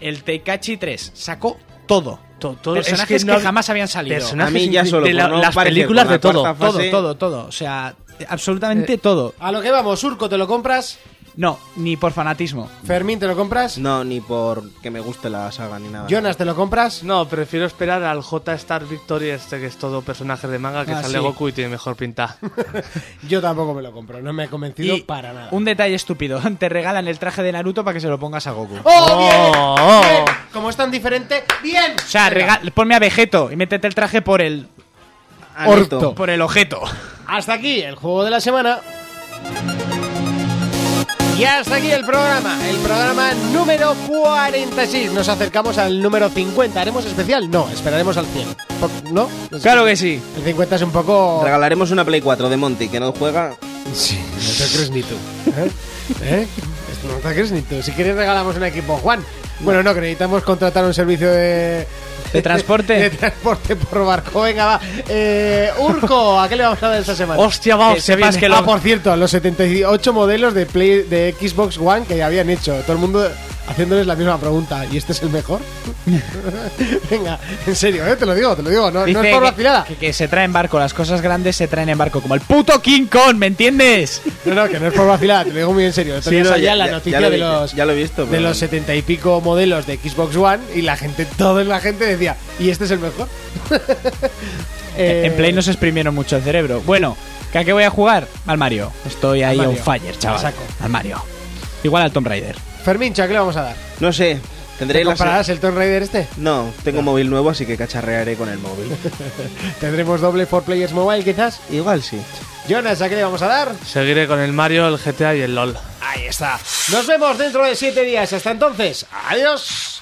Speaker 5: El Teikachi 3 sacó todo.
Speaker 6: To- todo- es
Speaker 5: personajes
Speaker 6: que no
Speaker 5: que,
Speaker 6: hab-
Speaker 5: jamás habían salido.
Speaker 6: Personajes
Speaker 7: A mí ya
Speaker 6: de
Speaker 7: solo.
Speaker 6: la-
Speaker 7: por no
Speaker 6: las
Speaker 7: parecer
Speaker 6: películas
Speaker 7: con la
Speaker 6: de todo,
Speaker 7: cuarta
Speaker 5: Todo,
Speaker 7: fase-
Speaker 6: Eh,
Speaker 5: todo, todo. O sea, absolutamente todo.
Speaker 2: A lo que vamos, Urco, te lo compras.
Speaker 5: No, ni por fanatismo.
Speaker 2: Fermín, ¿te lo compras?
Speaker 7: No, ni por que me guste la saga ni nada.
Speaker 2: Jonas, ¿te lo compras?
Speaker 6: No, prefiero esperar al J-Star Victory, este que es todo personaje de manga, que
Speaker 5: Ah,
Speaker 6: sale
Speaker 5: sí.
Speaker 6: Goku y tiene mejor pinta.
Speaker 2: Yo tampoco me lo compro, no me ha convencido
Speaker 5: Y
Speaker 2: para nada.
Speaker 5: Un detalle estúpido. Te regalan el traje de Naruto para que se lo pongas a Goku. O
Speaker 2: ¡Oh, bien!
Speaker 6: Oh.
Speaker 2: Bien. Como es tan diferente, ¡bien!
Speaker 5: sea,
Speaker 2: Venga,
Speaker 5: rega- ponme a Vegeto y métete el traje por el
Speaker 7: Aneto.
Speaker 2: Orto.
Speaker 5: por el objeto.
Speaker 2: Hasta aquí el juego de la semana. Y hasta aquí el programa, el programa número 46. Nos acercamos al número 50. ¿Haremos especial? No, esperaremos al 100. Por- ¿No?
Speaker 5: Claro que sí.
Speaker 2: El 50 es un poco...
Speaker 7: Regalaremos una Play 4 de Monty que no juega.
Speaker 2: Sí, no te crees ni tú. ¿Eh? ¿Eh? Esto no te crees ni tú. Si quieres regalamos un equipo, Juan. Bueno, no, que necesitamos contratar un servicio de...
Speaker 5: ¿De transporte?
Speaker 2: De transporte por barco. Venga, va. Eh, Urco, ¿a qué le vamos a dar esta semana?
Speaker 6: Hostia, vamos,
Speaker 5: Que sepas que lo-
Speaker 2: Ah, por cierto, los 78 modelos de Play de Xbox One que ya habían hecho. Todo el mundo haciéndoles la misma pregunta. ¿Y este es el mejor? Venga, en serio, ¿eh? te lo digo, te lo digo. No, no
Speaker 5: Dice
Speaker 2: es por
Speaker 5: que-
Speaker 2: vacilada.
Speaker 5: Que, que se trae en barco, las cosas grandes se traen en barco, como el puto King Kong, ¿me entiendes?
Speaker 2: No, no, que no es por vacilada, te lo digo muy en serio.
Speaker 7: Sí,
Speaker 2: Tenías
Speaker 7: no,
Speaker 2: allá
Speaker 7: ya-
Speaker 2: la
Speaker 7: ya-
Speaker 2: noticia
Speaker 7: ya lo
Speaker 2: de
Speaker 7: vi-
Speaker 2: los
Speaker 7: ya lo he visto,
Speaker 2: de
Speaker 7: pero-
Speaker 2: los 70 y pico modelos de Xbox One y la gente, toda la gente decía, ¿y este es el mejor? Eh,
Speaker 5: En Play nos exprimieron mucho el cerebro. Bueno, ¿que ¿a qué voy a jugar? Al Mario. Estoy ahí
Speaker 2: Al
Speaker 5: on
Speaker 2: Mario.
Speaker 5: fire, chaval.
Speaker 2: Al saco.
Speaker 5: Al Mario. Igual al Tomb Raider.
Speaker 2: Fermincho, ¿a qué le vamos a dar?
Speaker 7: No sé,
Speaker 2: ¿Te
Speaker 7: tendré la
Speaker 2: comprarás el Tomb Raider este?
Speaker 7: No, tengo móvil nuevo, así que cacharrearé con el móvil.
Speaker 2: ¿Tendremos doble for Players Mobile quizás?
Speaker 7: Igual sí.
Speaker 2: Jonas, ¿a qué le vamos a dar?
Speaker 6: Seguiré con el Mario, el GTA y el LOL.
Speaker 2: Ahí está. Nos vemos dentro de siete días. Hasta entonces, adiós.